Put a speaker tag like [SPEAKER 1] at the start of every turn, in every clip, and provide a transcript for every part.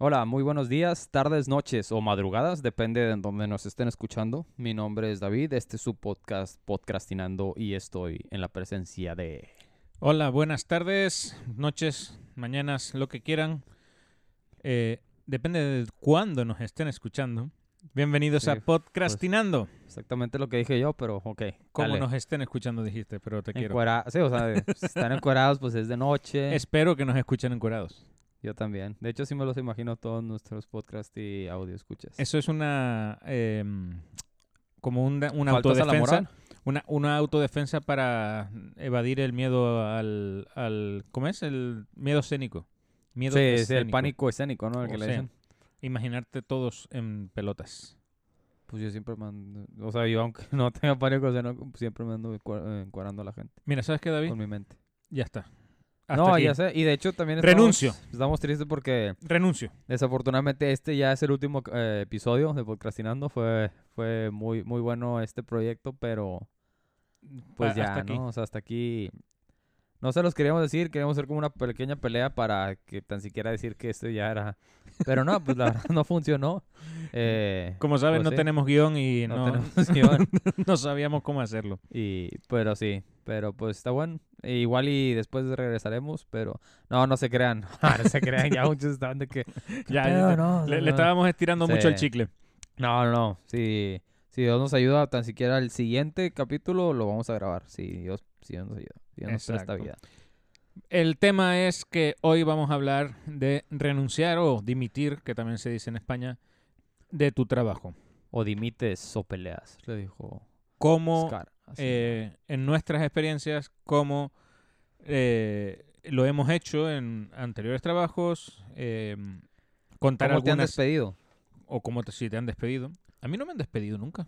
[SPEAKER 1] Hola, muy buenos días, tardes, noches o madrugadas, depende de donde nos estén escuchando. Mi nombre es David, este es su podcast Podcastinando y estoy en la presencia de...
[SPEAKER 2] Hola, buenas tardes, noches, mañanas, lo que quieran. Eh, depende de cuándo nos estén escuchando. Bienvenidos
[SPEAKER 1] Sí, pues,
[SPEAKER 2] a Podcastinando.
[SPEAKER 1] Exactamente lo que dije yo, pero ok.
[SPEAKER 2] Como
[SPEAKER 1] dale.
[SPEAKER 2] nos estén escuchando dijiste, pero te quiero.
[SPEAKER 1] Encuera- Sí, o sea, de- si están encuerados, pues es de noche.
[SPEAKER 2] Espero que nos escuchen encorados.
[SPEAKER 1] Yo también. De hecho, sí me los imagino todos nuestros podcasts y audio escuchas.
[SPEAKER 2] Eso es una... eh, como un da- una
[SPEAKER 1] ¿Faltas a la
[SPEAKER 2] autodefensa.
[SPEAKER 1] moral?
[SPEAKER 2] Una, una autodefensa para evadir el miedo al, al... ¿Cómo es? El miedo escénico. Miedo
[SPEAKER 1] Sí, es el
[SPEAKER 2] escénico. Oh,
[SPEAKER 1] pánico escénico, ¿no? El
[SPEAKER 2] O
[SPEAKER 1] que le
[SPEAKER 2] sea,
[SPEAKER 1] dicen.
[SPEAKER 2] Imaginarte todos en pelotas.
[SPEAKER 1] Pues yo siempre mando... O sea, yo aunque no tenga pánico escénico, siempre me ando encua- eh, encuerando a la gente
[SPEAKER 2] Mira, ¿sabes qué, David?
[SPEAKER 1] con mi mente.
[SPEAKER 2] Ya está.
[SPEAKER 1] no,
[SPEAKER 2] Hasta aquí.
[SPEAKER 1] ya sé. Y de hecho también estamos,
[SPEAKER 2] Renuncio.
[SPEAKER 1] Estamos tristes porque
[SPEAKER 2] Renuncio.
[SPEAKER 1] desafortunadamente este ya es el último eh, episodio de Podcastinando. Fue, fue muy, muy bueno este proyecto, pero pues
[SPEAKER 2] Ah,
[SPEAKER 1] ya,
[SPEAKER 2] hasta aquí.
[SPEAKER 1] ¿no? O sea, hasta aquí... No se los queríamos decir, queríamos hacer como una pequeña pelea para que tan siquiera decir que este ya era... Pero no, pues la verdad no funcionó. Eh,
[SPEAKER 2] Como sabes,
[SPEAKER 1] Pues
[SPEAKER 2] no
[SPEAKER 1] sí.
[SPEAKER 2] tenemos guión y
[SPEAKER 1] no,
[SPEAKER 2] no,
[SPEAKER 1] tenemos guión.
[SPEAKER 2] no sabíamos cómo hacerlo.
[SPEAKER 1] Y, pero sí, pero pues está bueno. E igual y después regresaremos, pero no, no se crean. no se crean, ya muchos estaban de que. ¿qué
[SPEAKER 2] Ya,
[SPEAKER 1] pedo,
[SPEAKER 2] ya-
[SPEAKER 1] no, O sea,
[SPEAKER 2] le, le
[SPEAKER 1] no.
[SPEAKER 2] estábamos estirando mucho el
[SPEAKER 1] Sí.
[SPEAKER 2] chicle.
[SPEAKER 1] No, no, no. Si, si Dios nos ayuda, tan siquiera el siguiente capítulo lo vamos a grabar. Si Dios, si Dios nos ayuda. Si Dios nos presta
[SPEAKER 2] Exacto.
[SPEAKER 1] vida.
[SPEAKER 2] El tema es que hoy vamos a hablar de renunciar o dimitir, que también se dice en España, de tu trabajo.
[SPEAKER 1] O dimites o peleas, le dijo
[SPEAKER 2] Cómo,
[SPEAKER 1] Scar. así.
[SPEAKER 2] eh, en nuestras experiencias, cómo eh, lo hemos hecho en anteriores trabajos, eh, contar
[SPEAKER 1] ¿Cómo te han
[SPEAKER 2] algunas
[SPEAKER 1] despedido?
[SPEAKER 2] o como te- si te han despedido. A mí no me han despedido nunca.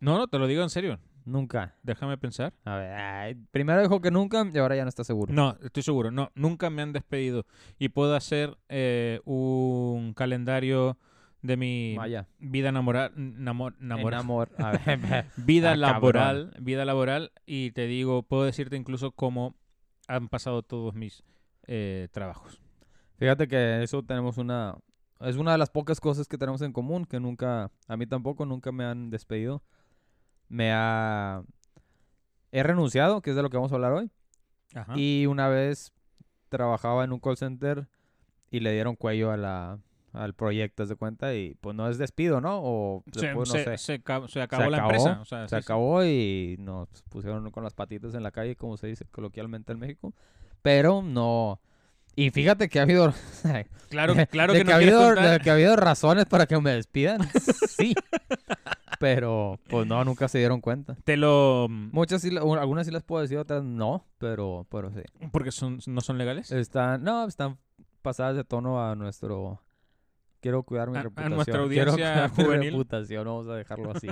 [SPEAKER 2] No, no, te lo digo en serio.
[SPEAKER 1] Nunca.
[SPEAKER 2] Déjame pensar.
[SPEAKER 1] A ver, ay, primero dijo que nunca y ahora ya no está seguro.
[SPEAKER 2] No, estoy seguro. No, nunca me han despedido. Y puedo hacer eh, un calendario de mi
[SPEAKER 1] Vaya.
[SPEAKER 2] vida enamorada. Namor, namora-
[SPEAKER 1] Enamor. A ver,
[SPEAKER 2] vida
[SPEAKER 1] Ah,
[SPEAKER 2] laboral. Vida laboral. Y te digo, puedo decirte incluso cómo han pasado todos mis eh, trabajos.
[SPEAKER 1] Fíjate que eso tenemos una... Es una de las pocas cosas que tenemos en común, que nunca... A mí tampoco, nunca me han despedido. Me ha... He renunciado, que es de lo que vamos a hablar hoy.
[SPEAKER 2] Ajá.
[SPEAKER 1] Y una vez trabajaba en un call center y le dieron cuello a la, al proyecto, haz de cuenta, y pues no es despido, ¿no? O
[SPEAKER 2] se,
[SPEAKER 1] después, no
[SPEAKER 2] se-
[SPEAKER 1] sé.
[SPEAKER 2] se acabó, se acabó la
[SPEAKER 1] acabó,
[SPEAKER 2] empresa. O sea,
[SPEAKER 1] Se
[SPEAKER 2] sí, sí.
[SPEAKER 1] acabó y nos pusieron con las patitas en la calle, como se dice coloquialmente en México. Pero no... Y fíjate que ha habido...
[SPEAKER 2] Claro, claro
[SPEAKER 1] de
[SPEAKER 2] que no
[SPEAKER 1] ha
[SPEAKER 2] quieres
[SPEAKER 1] habido,
[SPEAKER 2] contar.
[SPEAKER 1] de que ha habido razones para que me despidan, sí. Pero, pues no, nunca se dieron cuenta.
[SPEAKER 2] Te lo.
[SPEAKER 1] Muchas sí, la- u- algunas sí las puedo decir, otras no, pero, pero sí.
[SPEAKER 2] Porque son, no son legales.
[SPEAKER 1] Están, no, están pasadas de tono a nuestro... Quiero cuidar mi
[SPEAKER 2] A- a
[SPEAKER 1] reputación.
[SPEAKER 2] nuestra
[SPEAKER 1] Quiero
[SPEAKER 2] audiencia
[SPEAKER 1] cuidar mi
[SPEAKER 2] juvenil.
[SPEAKER 1] reputación, vamos a dejarlo así.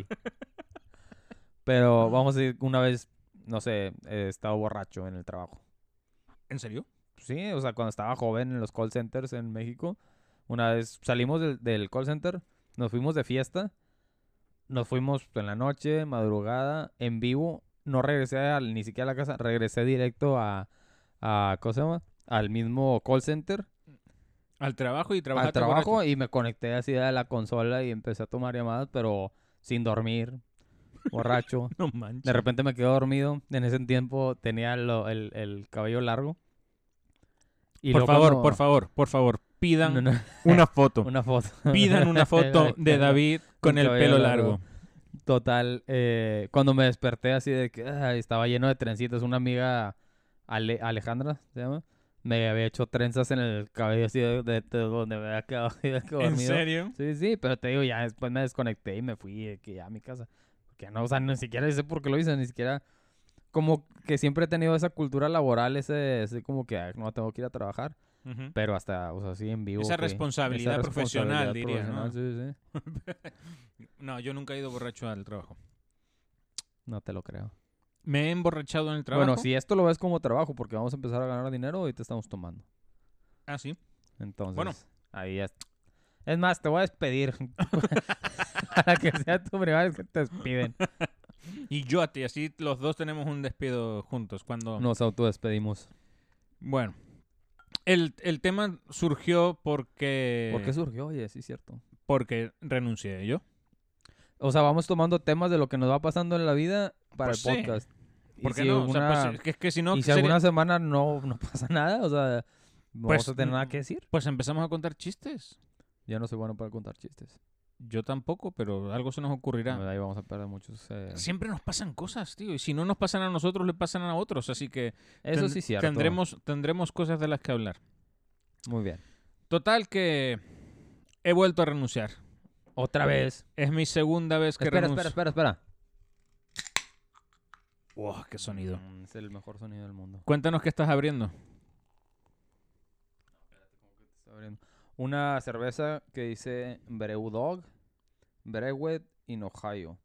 [SPEAKER 1] pero vamos a decir, una vez, no sé, he estado borracho en el trabajo.
[SPEAKER 2] ¿En serio?
[SPEAKER 1] Sí, o sea, cuando estaba joven en los call centers en México, una vez salimos del, del call center, nos fuimos de fiesta, nos fuimos en la noche, madrugada, en vivo, no regresé al- ni siquiera a la casa, regresé directo a, a ¿cómo se llama? Al mismo call center,
[SPEAKER 2] Al trabajo y trabajar
[SPEAKER 1] al trabajo, y me conecté así a la consola y empecé a tomar llamadas, pero sin dormir, borracho.
[SPEAKER 2] No
[SPEAKER 1] De
[SPEAKER 2] manches.
[SPEAKER 1] repente me quedé dormido. En ese tiempo tenía lo- el, el cabello largo. Y
[SPEAKER 2] por
[SPEAKER 1] luego
[SPEAKER 2] favor,
[SPEAKER 1] cuando-
[SPEAKER 2] por favor, por favor, pidan
[SPEAKER 1] No, no,
[SPEAKER 2] una foto.
[SPEAKER 1] una foto.
[SPEAKER 2] Pidan una foto de David con el
[SPEAKER 1] cabello
[SPEAKER 2] pelo
[SPEAKER 1] largo.
[SPEAKER 2] largo.
[SPEAKER 1] Total, eh, cuando me desperté así de que ay, estaba lleno de trencitas, una amiga Ale- Alejandra, se llama, me había hecho trenzas en el cabello así de, de- de donde me había quedado, había quedado
[SPEAKER 2] ¿En
[SPEAKER 1] dormido.
[SPEAKER 2] serio?
[SPEAKER 1] Sí, sí, pero te digo, ya después me desconecté y me fui de que ya a mi casa. Porque no, o sea, ni siquiera sé por qué lo hice, ni siquiera. Como que siempre he tenido esa cultura laboral, ese, ese como que "Ay, no tengo que ir a trabajar,
[SPEAKER 2] Ujú.
[SPEAKER 1] pero hasta, o sea, así en vivo.
[SPEAKER 2] Esa
[SPEAKER 1] que-
[SPEAKER 2] responsabilidad
[SPEAKER 1] esa
[SPEAKER 2] profesional,
[SPEAKER 1] responsabilidad
[SPEAKER 2] diría, ¿no?
[SPEAKER 1] profesional, Sí, sí.
[SPEAKER 2] No, yo nunca he ido borracho al trabajo.
[SPEAKER 1] No te lo creo.
[SPEAKER 2] Me he emborrachado en el trabajo.
[SPEAKER 1] Bueno, si esto lo ves como trabajo, porque vamos a empezar a ganar dinero y te estamos tomando.
[SPEAKER 2] Ah, sí.
[SPEAKER 1] Entonces, ahí ya. est- Es más, te voy a despedir. Para que sea tu primera vez que te despiden.
[SPEAKER 2] Y yo a ti, así los dos tenemos un despido juntos. Cuando.
[SPEAKER 1] Nos autodespedimos.
[SPEAKER 2] Bueno. El, el tema surgió porque.
[SPEAKER 1] ¿Por qué surgió? Oye, sí, cierto.
[SPEAKER 2] Porque renuncié yo.
[SPEAKER 1] O sea, vamos tomando temas de lo que nos va pasando en la vida para
[SPEAKER 2] Pues
[SPEAKER 1] el
[SPEAKER 2] sí.
[SPEAKER 1] podcast. Y
[SPEAKER 2] Porque
[SPEAKER 1] si
[SPEAKER 2] no, O sea, pues,
[SPEAKER 1] alguna-
[SPEAKER 2] es que, es que si no.
[SPEAKER 1] y si
[SPEAKER 2] sería-
[SPEAKER 1] alguna semana no, no pasa nada, o sea, no
[SPEAKER 2] Pues,
[SPEAKER 1] vamos a tener nada
[SPEAKER 2] mm.
[SPEAKER 1] que decir.
[SPEAKER 2] Pues empezamos a contar chistes.
[SPEAKER 1] Ya no soy bueno para contar chistes.
[SPEAKER 2] Yo tampoco, pero algo se nos ocurrirá.
[SPEAKER 1] Ahí vamos a perder muchos. eh,
[SPEAKER 2] Siempre nos pasan cosas, tío. Y si no nos pasan a nosotros, le pasan a otros. Así que
[SPEAKER 1] Eso
[SPEAKER 2] ten-
[SPEAKER 1] sí, es cierto.
[SPEAKER 2] Tendremos, tendremos cosas de las que hablar.
[SPEAKER 1] Muy bien.
[SPEAKER 2] Total que he vuelto a renunciar.
[SPEAKER 1] Otra vez.
[SPEAKER 2] Es mi segunda vez que
[SPEAKER 1] Espera, espera,
[SPEAKER 2] renuncio.
[SPEAKER 1] espera, espera.
[SPEAKER 2] Wow, qué sonido.
[SPEAKER 1] Mm, Es el mejor sonido del mundo.
[SPEAKER 2] Cuéntanos qué estás abriendo.
[SPEAKER 1] Está abriendo. Una cerveza que dice Brewdog, Brewed in Ohio.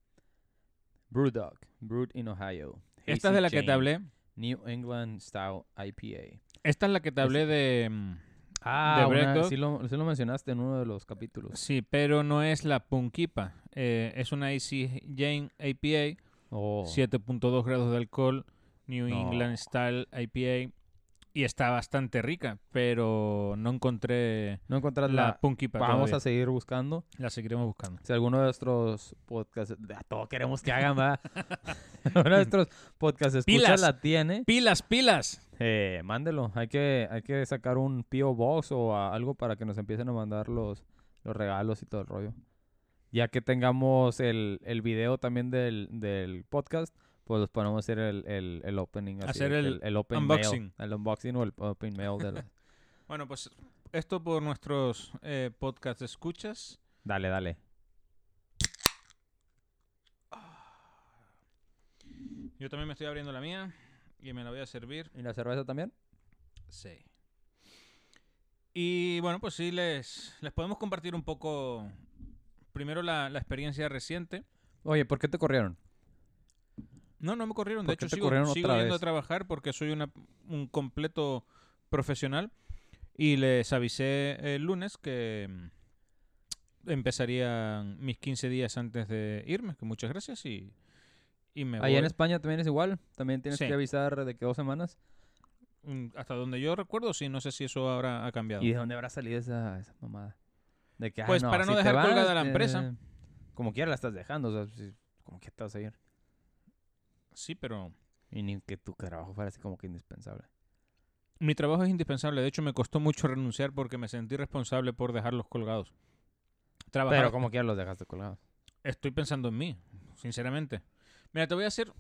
[SPEAKER 1] Brewdog, Brewed in Ohio.
[SPEAKER 2] Esta es
[SPEAKER 1] Hazy
[SPEAKER 2] de la que te
[SPEAKER 1] Jane,
[SPEAKER 2] hablé.
[SPEAKER 1] New England Style IPA.
[SPEAKER 2] Esta es la que te hablé de... mm,
[SPEAKER 1] Ah,
[SPEAKER 2] de
[SPEAKER 1] una-
[SPEAKER 2] Brewdog.
[SPEAKER 1] sí, lo, sí lo mencionaste en uno de los capítulos.
[SPEAKER 2] Sí, pero no es la Punkipa. Eh, es una AC Jane APA,
[SPEAKER 1] Oh,
[SPEAKER 2] 7.2 grados de alcohol, New
[SPEAKER 1] No.
[SPEAKER 2] England Style IPA. Y está bastante rica, pero no encontré
[SPEAKER 1] no encontrás
[SPEAKER 2] la
[SPEAKER 1] la...
[SPEAKER 2] Punkipa
[SPEAKER 1] Vamos
[SPEAKER 2] todavía.
[SPEAKER 1] a seguir buscando.
[SPEAKER 2] La seguiremos buscando.
[SPEAKER 1] Si alguno de nuestros podcasts... A todo queremos que hagan, ¿verdad? Alguno de nuestros podcasts escucha
[SPEAKER 2] Pilas.
[SPEAKER 1] la tiene.
[SPEAKER 2] ¡Pilas, pilas!
[SPEAKER 1] Eh, mándelo. Hay que, hay que sacar un P.O. Box o a- algo para que nos empiecen a mandar los, los regalos y todo el rollo. Ya que tengamos el, el video también del, del podcast, pues los ponemos a hacer el, el, el opening. así,
[SPEAKER 2] Hacer el
[SPEAKER 1] open
[SPEAKER 2] unboxing.
[SPEAKER 1] Mail, el unboxing o el open mail. De la-
[SPEAKER 2] Bueno, pues esto por nuestros eh, podcast escuchas.
[SPEAKER 1] Dale, dale.
[SPEAKER 2] Yo también me estoy abriendo la mía y me la voy a servir.
[SPEAKER 1] ¿Y la cerveza también?
[SPEAKER 2] Sí. Y bueno, pues sí, les, les podemos compartir un poco, primero la, la experiencia reciente.
[SPEAKER 1] Oye, ¿por qué te corrieron?
[SPEAKER 2] No, no me corrieron,
[SPEAKER 1] ¿Por
[SPEAKER 2] de
[SPEAKER 1] qué
[SPEAKER 2] hecho
[SPEAKER 1] te
[SPEAKER 2] sigo,
[SPEAKER 1] corrieron
[SPEAKER 2] sigo
[SPEAKER 1] otra
[SPEAKER 2] yendo a
[SPEAKER 1] vez?
[SPEAKER 2] trabajar porque soy una, un completo profesional y les avisé el lunes que mm, empezarían mis 15 días antes de irme, que muchas gracias y, y me voy.
[SPEAKER 1] Allá en España también es igual. También tienes
[SPEAKER 2] Sí.
[SPEAKER 1] que avisar de que dos semanas.
[SPEAKER 2] Mm, Hasta donde yo recuerdo, sí, no sé si eso ahora ha cambiado.
[SPEAKER 1] ¿Y de dónde habrá salido esa, esa mamada? De que, ay,
[SPEAKER 2] Pues, para no
[SPEAKER 1] te eh,
[SPEAKER 2] dejar colgada la empresa.
[SPEAKER 1] Como quiera la estás dejando, o sea, si- como que te vas a ir.
[SPEAKER 2] Sí, pero...
[SPEAKER 1] Y ni que tu trabajo fuera así como que indispensable.
[SPEAKER 2] Mi trabajo es indispensable. De hecho, me costó mucho renunciar porque me sentí responsable por dejarlos colgados. Trabajar.
[SPEAKER 1] Pero como quiera los dejaste colgados.
[SPEAKER 2] Estoy pensando en mí, sinceramente. Mira, te voy a hacer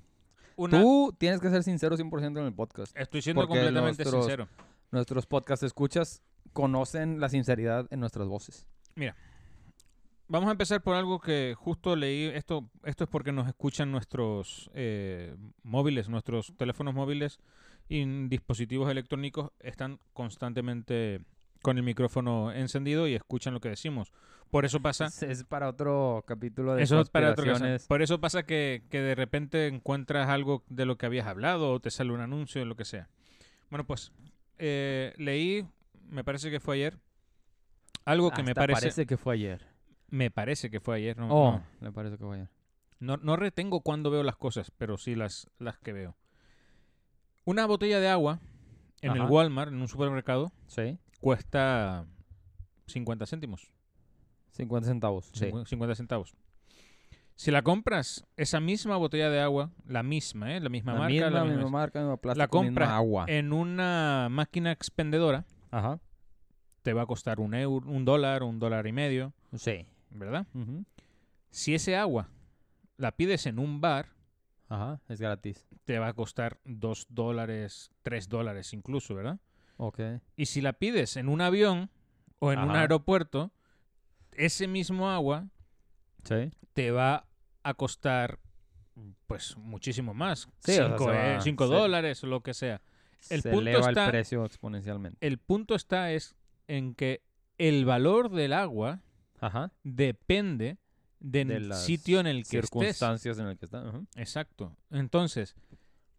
[SPEAKER 2] una.
[SPEAKER 1] Tú tienes que ser sincero 100% en el podcast.
[SPEAKER 2] Estoy siendo
[SPEAKER 1] Porque
[SPEAKER 2] completamente
[SPEAKER 1] nuestros-
[SPEAKER 2] sincero.
[SPEAKER 1] Nuestros podcast escuchas conocen la sinceridad en nuestras voces.
[SPEAKER 2] Vamos a empezar por algo que justo leí. Esto, esto es porque nos escuchan nuestros eh, móviles, nuestros teléfonos móviles y n- dispositivos electrónicos están constantemente con el micrófono encendido y escuchan lo que decimos. Por eso pasa
[SPEAKER 1] Es, es para otro capítulo de
[SPEAKER 2] Eso es para otra cosa.
[SPEAKER 1] conspiraciones.
[SPEAKER 2] Por eso pasa que, que de repente encuentras algo de lo que habías hablado o te sale un anuncio, lo que sea. Bueno, pues eh, leí, me parece que fue ayer, algo que me
[SPEAKER 1] Hasta
[SPEAKER 2] parece,
[SPEAKER 1] parece que fue ayer.
[SPEAKER 2] Me parece que fue ayer, no,
[SPEAKER 1] oh,
[SPEAKER 2] no,
[SPEAKER 1] me parece que fue ayer.
[SPEAKER 2] no- no retengo cuando veo las cosas, pero sí las, las que veo. Una botella de agua en el
[SPEAKER 1] Ajá.
[SPEAKER 2] Walmart, en un supermercado,
[SPEAKER 1] Sí.
[SPEAKER 2] cuesta 50 céntimos.
[SPEAKER 1] 50 centavos. Sí.
[SPEAKER 2] cincu- 50 centavos. Si la compras, esa misma botella de agua, la misma, ¿eh? La misma
[SPEAKER 1] la
[SPEAKER 2] marca,
[SPEAKER 1] misma,
[SPEAKER 2] la
[SPEAKER 1] misma
[SPEAKER 2] misma-
[SPEAKER 1] marca, misma plástico,
[SPEAKER 2] La compra Eh.
[SPEAKER 1] misma agua.
[SPEAKER 2] en una máquina expendedora
[SPEAKER 1] Ajá.
[SPEAKER 2] te va a costar un euro, un dólar, un dólar y medio,
[SPEAKER 1] Sí.
[SPEAKER 2] ¿verdad?
[SPEAKER 1] Ujú.
[SPEAKER 2] Si ese agua la pides en un bar,
[SPEAKER 1] Ajá, es gratis.
[SPEAKER 2] te va a costar dos dólares, tres dólares incluso, ¿verdad?
[SPEAKER 1] Ok.
[SPEAKER 2] Y si la pides en un avión o en un
[SPEAKER 1] Ajá.
[SPEAKER 2] aeropuerto, ese mismo agua
[SPEAKER 1] Sí.
[SPEAKER 2] te va a costar pues muchísimo más.
[SPEAKER 1] Sí, o sea,
[SPEAKER 2] 5
[SPEAKER 1] se va- se-
[SPEAKER 2] dólares, o lo que sea. El
[SPEAKER 1] Se
[SPEAKER 2] punto
[SPEAKER 1] eleva
[SPEAKER 2] está-
[SPEAKER 1] el precio exponencialmente.
[SPEAKER 2] El punto está es en que el valor del agua
[SPEAKER 1] Ajá.
[SPEAKER 2] depende del
[SPEAKER 1] De las
[SPEAKER 2] sitio en el que estés.
[SPEAKER 1] circunstancias en el que está. ajá.
[SPEAKER 2] Exacto. Entonces,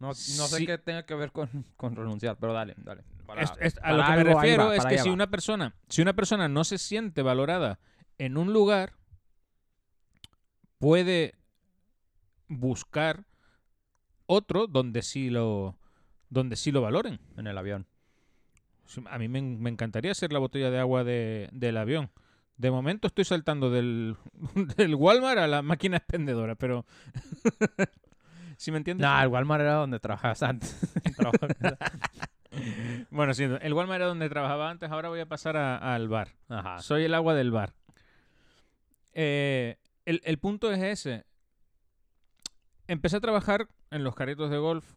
[SPEAKER 1] No, no sé
[SPEAKER 2] Sí.
[SPEAKER 1] qué tenga que ver con, con renunciar, pero dale, dale. Para-
[SPEAKER 2] es- es- a
[SPEAKER 1] para
[SPEAKER 2] lo que me
[SPEAKER 1] algo ahí
[SPEAKER 2] refiero
[SPEAKER 1] va,
[SPEAKER 2] es
[SPEAKER 1] para
[SPEAKER 2] que
[SPEAKER 1] allá
[SPEAKER 2] si
[SPEAKER 1] va.
[SPEAKER 2] una persona, si una persona no se siente valorada en un lugar, puede buscar otro donde sí lo donde sí lo valoren.
[SPEAKER 1] En el avión.
[SPEAKER 2] Sí, A mí me, en- me encantaría hacer la botella de agua de- del avión. De momento estoy saltando del, del Walmart a la máquina expendedora, pero... si me entiendes?
[SPEAKER 1] No, el Walmart era donde trabajabas antes. Trabajabas-
[SPEAKER 2] Bueno, sí, el Walmart era donde trabajaba antes, ahora voy a pasar a- al bar.
[SPEAKER 1] Ajá.
[SPEAKER 2] Soy el agua del bar. Eh, el, el punto es ese. Empecé a trabajar en los carritos de golf,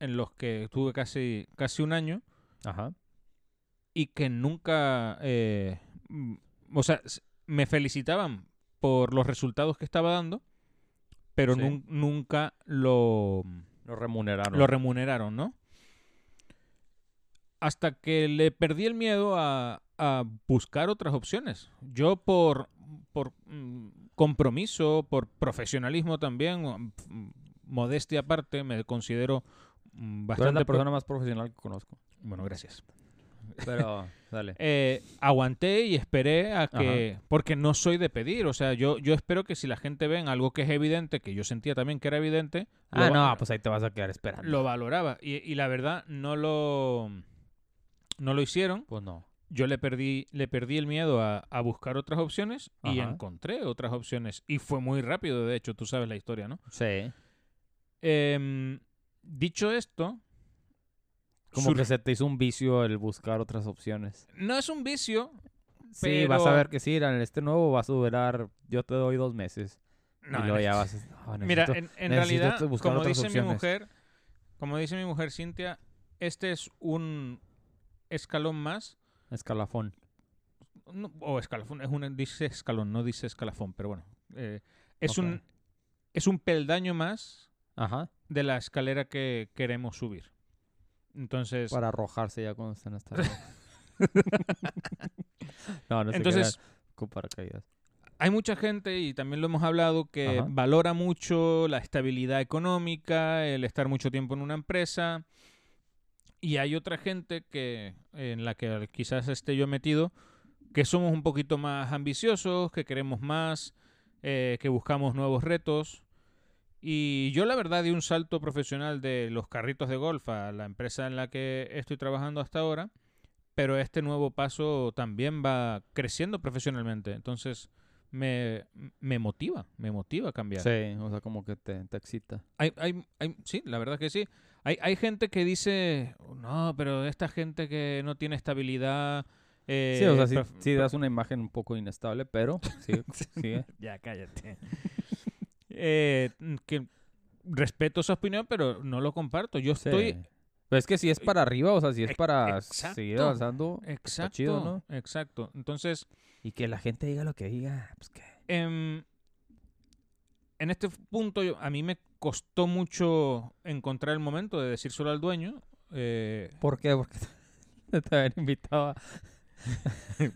[SPEAKER 2] en los que estuve casi, casi un año,
[SPEAKER 1] Ajá.
[SPEAKER 2] y que nunca... eh, mm, o sea, s- me felicitaban por los resultados que estaba dando, pero
[SPEAKER 1] Sí.
[SPEAKER 2] nun- nunca lo,
[SPEAKER 1] Lo remuneraron.
[SPEAKER 2] lo remuneraron, ¿no? Hasta que le perdí el miedo a, a buscar otras opciones. Yo por, por mm, compromiso, por profesionalismo también, o, mm, modestia aparte, me considero mm,
[SPEAKER 1] Tú eres
[SPEAKER 2] bastante...
[SPEAKER 1] la
[SPEAKER 2] pro-
[SPEAKER 1] persona más profesional que conozco.
[SPEAKER 2] Bueno, gracias.
[SPEAKER 1] Pero, dale.
[SPEAKER 2] Eh, aguanté y esperé a que... Porque no soy de pedir, o sea, yo, yo espero que si la gente ve en algo que es evidente, que yo sentía también que era evidente...
[SPEAKER 1] Ah,
[SPEAKER 2] lo va-
[SPEAKER 1] no, pues ahí te vas a quedar esperando.
[SPEAKER 2] lo valoraba. Y, y la verdad, no lo, no lo hicieron.
[SPEAKER 1] Pues no.
[SPEAKER 2] Yo le perdí, le perdí el miedo a, a buscar otras opciones y
[SPEAKER 1] Ajá.
[SPEAKER 2] encontré otras opciones. Y fue muy rápido, de hecho, tú sabes la historia, ¿no?
[SPEAKER 1] Sí.
[SPEAKER 2] Em, dicho esto,
[SPEAKER 1] Como
[SPEAKER 2] sur-
[SPEAKER 1] que se te hizo un vicio el buscar otras opciones.
[SPEAKER 2] no es un vicio.
[SPEAKER 1] Sí, vas a
[SPEAKER 2] Pero-
[SPEAKER 1] ver que sí, en este nuevo vas a durar, yo te doy dos meses.
[SPEAKER 2] No,
[SPEAKER 1] y luego
[SPEAKER 2] en
[SPEAKER 1] ya
[SPEAKER 2] este-
[SPEAKER 1] vas a... "Ah,
[SPEAKER 2] Mira,
[SPEAKER 1] necesito-".
[SPEAKER 2] en, en
[SPEAKER 1] necesito
[SPEAKER 2] realidad,
[SPEAKER 1] t- buscar
[SPEAKER 2] como
[SPEAKER 1] otras
[SPEAKER 2] dice mi
[SPEAKER 1] opciones.
[SPEAKER 2] mujer, como dice mi mujer Cintia, este es un escalón más
[SPEAKER 1] escalafón.
[SPEAKER 2] no- o escalafón, es un, dice escalón, no dice escalafón, pero bueno. eh, es,
[SPEAKER 1] Ok.
[SPEAKER 2] un, es un peldaño más
[SPEAKER 1] Ajá.
[SPEAKER 2] de la escalera que queremos subir. Entonces,
[SPEAKER 1] Para arrojarse ya cuando estén hasta arriba. No, no sé
[SPEAKER 2] entonces
[SPEAKER 1] con paracaídas.
[SPEAKER 2] hay mucha gente, y también lo hemos hablado, que
[SPEAKER 1] Ajá.
[SPEAKER 2] valora mucho la estabilidad económica, el estar mucho tiempo en una empresa. Y hay otra gente que en la que quizás esté yo metido, que somos un poquito más ambiciosos, que queremos más, eh, que buscamos nuevos retos. Y yo la verdad di un salto profesional de los carritos de golf a la empresa en la que estoy trabajando hasta ahora, pero este nuevo paso también va creciendo profesionalmente. Entonces me, me motiva, me motiva a cambiar.
[SPEAKER 1] Sí, o sea, como que te, te excita.
[SPEAKER 2] Hay, hay, hay- sí, la verdad que sí. Hay, hay gente que dice, "Oh, no, pero esta gente que no tiene estabilidad... eh,
[SPEAKER 1] Sí, o sea, sí,
[SPEAKER 2] prof-
[SPEAKER 1] sí das una imagen un poco inestable, pero sí, ¿eh? sigue.
[SPEAKER 2] Ya, cállate. Eh, que respeto esa opinión, pero no lo comparto. Yo
[SPEAKER 1] Sí.
[SPEAKER 2] estoy.
[SPEAKER 1] Pero es que si es para arriba, o sea, si es
[SPEAKER 2] Ex-
[SPEAKER 1] para
[SPEAKER 2] exacto.
[SPEAKER 1] seguir avanzando
[SPEAKER 2] Exacto.
[SPEAKER 1] chido,
[SPEAKER 2] Exacto. Entonces,
[SPEAKER 1] y que la gente diga lo que diga, pues que...
[SPEAKER 2] em, en este punto, yo- a mí me costó mucho encontrar el momento de decir solo al dueño. eh,
[SPEAKER 1] ¿Por qué? Porque te, te habían invitado a,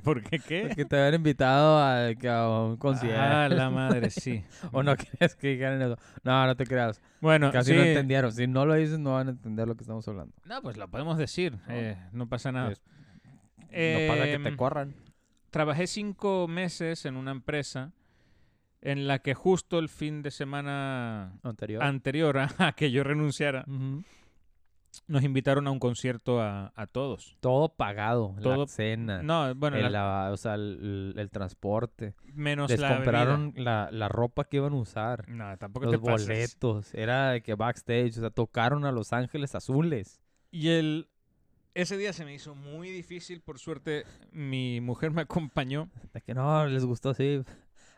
[SPEAKER 2] ¿Por qué qué?
[SPEAKER 1] que te habían invitado a, que a un concierto.
[SPEAKER 2] Ah, la madre, sí.
[SPEAKER 1] o no querías que dijeran eso. No, no te creas.
[SPEAKER 2] Bueno,
[SPEAKER 1] Casi
[SPEAKER 2] sí.
[SPEAKER 1] no entendieron. Si no lo dices, no van a entender lo que estamos hablando.
[SPEAKER 2] No, pues lo podemos decir. eh, No, pasa nada.
[SPEAKER 1] Es- no pasa que
[SPEAKER 2] Em,
[SPEAKER 1] te corran.
[SPEAKER 2] trabajé cinco meses en una empresa en la que justo el fin de semana
[SPEAKER 1] Anterior.
[SPEAKER 2] anterior a a que yo renunciara,
[SPEAKER 1] Ujú.
[SPEAKER 2] nos invitaron a un concierto a, a todos.
[SPEAKER 1] Todo pagado.
[SPEAKER 2] Todo-
[SPEAKER 1] La cena.
[SPEAKER 2] No, bueno,
[SPEAKER 1] el,
[SPEAKER 2] la-
[SPEAKER 1] la- o sea, el, el transporte.
[SPEAKER 2] menos
[SPEAKER 1] Les
[SPEAKER 2] la bebida.
[SPEAKER 1] compraron la, la ropa que iban a usar.
[SPEAKER 2] No, tampoco
[SPEAKER 1] Los
[SPEAKER 2] te pases.
[SPEAKER 1] boletos. Era de que backstage. O sea, tocaron a Los Ángeles Azules.
[SPEAKER 2] Y el... Ese día se me hizo muy difícil, por suerte mi mujer me acompañó.
[SPEAKER 1] De que no, les gustó así.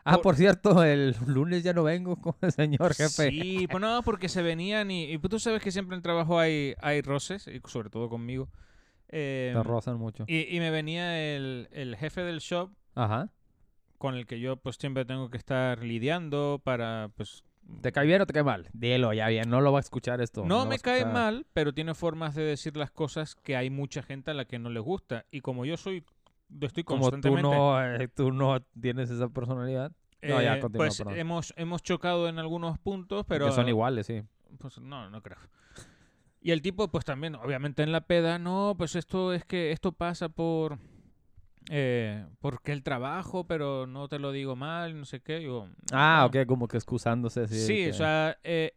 [SPEAKER 1] Ah,
[SPEAKER 2] Por-
[SPEAKER 1] por cierto, el lunes ya no vengo con el señor jefe.
[SPEAKER 2] Sí, pues no, porque se venían y, y tú sabes que siempre en el trabajo hay, hay roces, y sobre todo conmigo. Eh,
[SPEAKER 1] Te rozan mucho.
[SPEAKER 2] y, y me venía el, el jefe del shop
[SPEAKER 1] Ajá.
[SPEAKER 2] con el que yo pues siempre tengo que estar lidiando para pues
[SPEAKER 1] ¿Te cae bien o te cae mal? Dilo, ya bien. No lo va a escuchar esto.
[SPEAKER 2] no,
[SPEAKER 1] lo va a
[SPEAKER 2] me cae
[SPEAKER 1] escuchar.
[SPEAKER 2] mal, pero tiene formas de decir las cosas que hay mucha gente a la que no le gusta y como yo soy yo estoy
[SPEAKER 1] Como tú
[SPEAKER 2] constantemente
[SPEAKER 1] no, eh, tú no tienes esa personalidad. no, ya,
[SPEAKER 2] eh,
[SPEAKER 1] continúa,
[SPEAKER 2] pues
[SPEAKER 1] perdón.
[SPEAKER 2] hemos hemos chocado en algunos puntos, pero
[SPEAKER 1] Pero... Que son iguales, sí.
[SPEAKER 2] pues, no, no creo. Y el tipo pues también obviamente en la peda, no, pues esto es que esto pasa por eh, porque el trabajo, pero no te lo digo mal, no sé qué, digo,
[SPEAKER 1] Ah,
[SPEAKER 2] "No".
[SPEAKER 1] ok, como que excusándose. así de
[SPEAKER 2] Sí,
[SPEAKER 1] que-
[SPEAKER 2] o sea, eh,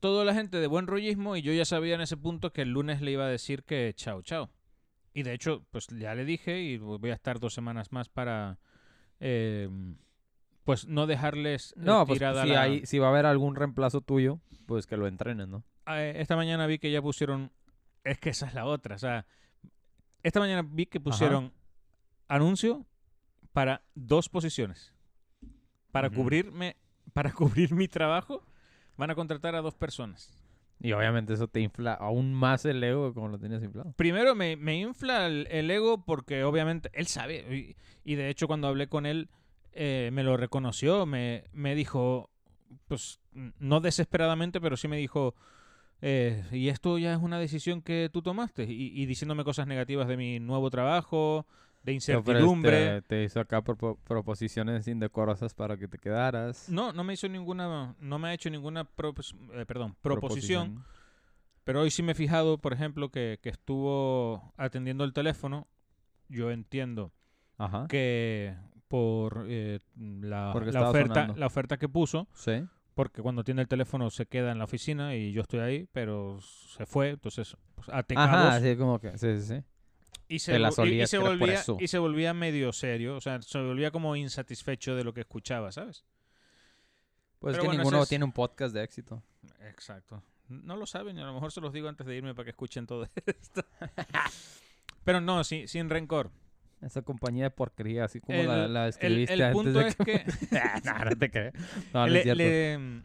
[SPEAKER 2] toda la gente de buen rollismo y yo ya sabía en ese punto que el lunes le iba a decir que chao, chao. Y de hecho, pues ya le dije y voy a estar dos semanas más para... eh, pues no dejarles eh,
[SPEAKER 1] No, pues
[SPEAKER 2] tirada
[SPEAKER 1] si,
[SPEAKER 2] la-
[SPEAKER 1] hay- si va a haber algún reemplazo tuyo, pues que lo entrenen, ¿no?
[SPEAKER 2] Ah, eh, Esta mañana vi que ya pusieron... Es que esa es la otra. O sea, esta mañana vi que pusieron anuncio para dos posiciones. Para
[SPEAKER 1] Ujú.
[SPEAKER 2] cubrirme... Para cubrir mi trabajo, van a contratar a dos personas.
[SPEAKER 1] Y obviamente eso te infla aún más el ego como lo tenías inflado.
[SPEAKER 2] Primero me, me infla el, el ego porque obviamente él sabe. Y, y de hecho cuando hablé con él eh, me lo reconoció, me, me dijo, pues n- no desesperadamente, pero sí me dijo, eh, y esto ya es una decisión que tú tomaste. Y, y diciéndome cosas negativas de mi nuevo trabajo, de
[SPEAKER 1] Pero, pero,
[SPEAKER 2] incertidumbre.
[SPEAKER 1] este, te hizo acá propo- proposiciones indecorosas para que te quedaras.
[SPEAKER 2] No, no me hizo ninguna, no me ha hecho ninguna propos- eh, perdón, proposición. Pero hoy sí me he fijado, por ejemplo, que, que estuvo atendiendo el teléfono. Yo entiendo
[SPEAKER 1] Ajá.
[SPEAKER 2] que por eh, la,
[SPEAKER 1] Porque
[SPEAKER 2] la
[SPEAKER 1] estaba
[SPEAKER 2] oferta,
[SPEAKER 1] sonando.
[SPEAKER 2] la oferta que puso,
[SPEAKER 1] Sí.
[SPEAKER 2] porque cuando tiene el teléfono se queda en la oficina y yo estoy ahí, pero se fue, entonces pues, até
[SPEAKER 1] Ajá,
[SPEAKER 2] cabos
[SPEAKER 1] sí, como que. Sí, sí, sí.
[SPEAKER 2] y se,
[SPEAKER 1] te la
[SPEAKER 2] vol- y- y,
[SPEAKER 1] solías,
[SPEAKER 2] se
[SPEAKER 1] que era por
[SPEAKER 2] volvía,
[SPEAKER 1] eso.
[SPEAKER 2] y se volvía medio serio, o sea, se volvía como insatisfecho de lo que escuchaba, ¿sabes?
[SPEAKER 1] Pues
[SPEAKER 2] Pero
[SPEAKER 1] es que
[SPEAKER 2] bueno, ese
[SPEAKER 1] ninguno
[SPEAKER 2] es-
[SPEAKER 1] tiene un podcast de éxito.
[SPEAKER 2] Exacto. No lo saben, y a lo mejor se los digo antes de irme para que escuchen todo esto. pero no, sin, sin rencor.
[SPEAKER 1] Esa compañía de porquería, así como la,
[SPEAKER 2] El-
[SPEAKER 1] la
[SPEAKER 2] el-
[SPEAKER 1] escribiste
[SPEAKER 2] el,
[SPEAKER 1] antes
[SPEAKER 2] punto
[SPEAKER 1] de
[SPEAKER 2] es que...
[SPEAKER 1] que... no, no te creas. Ah, No, no
[SPEAKER 2] Le-
[SPEAKER 1] es cierto.
[SPEAKER 2] le- mm,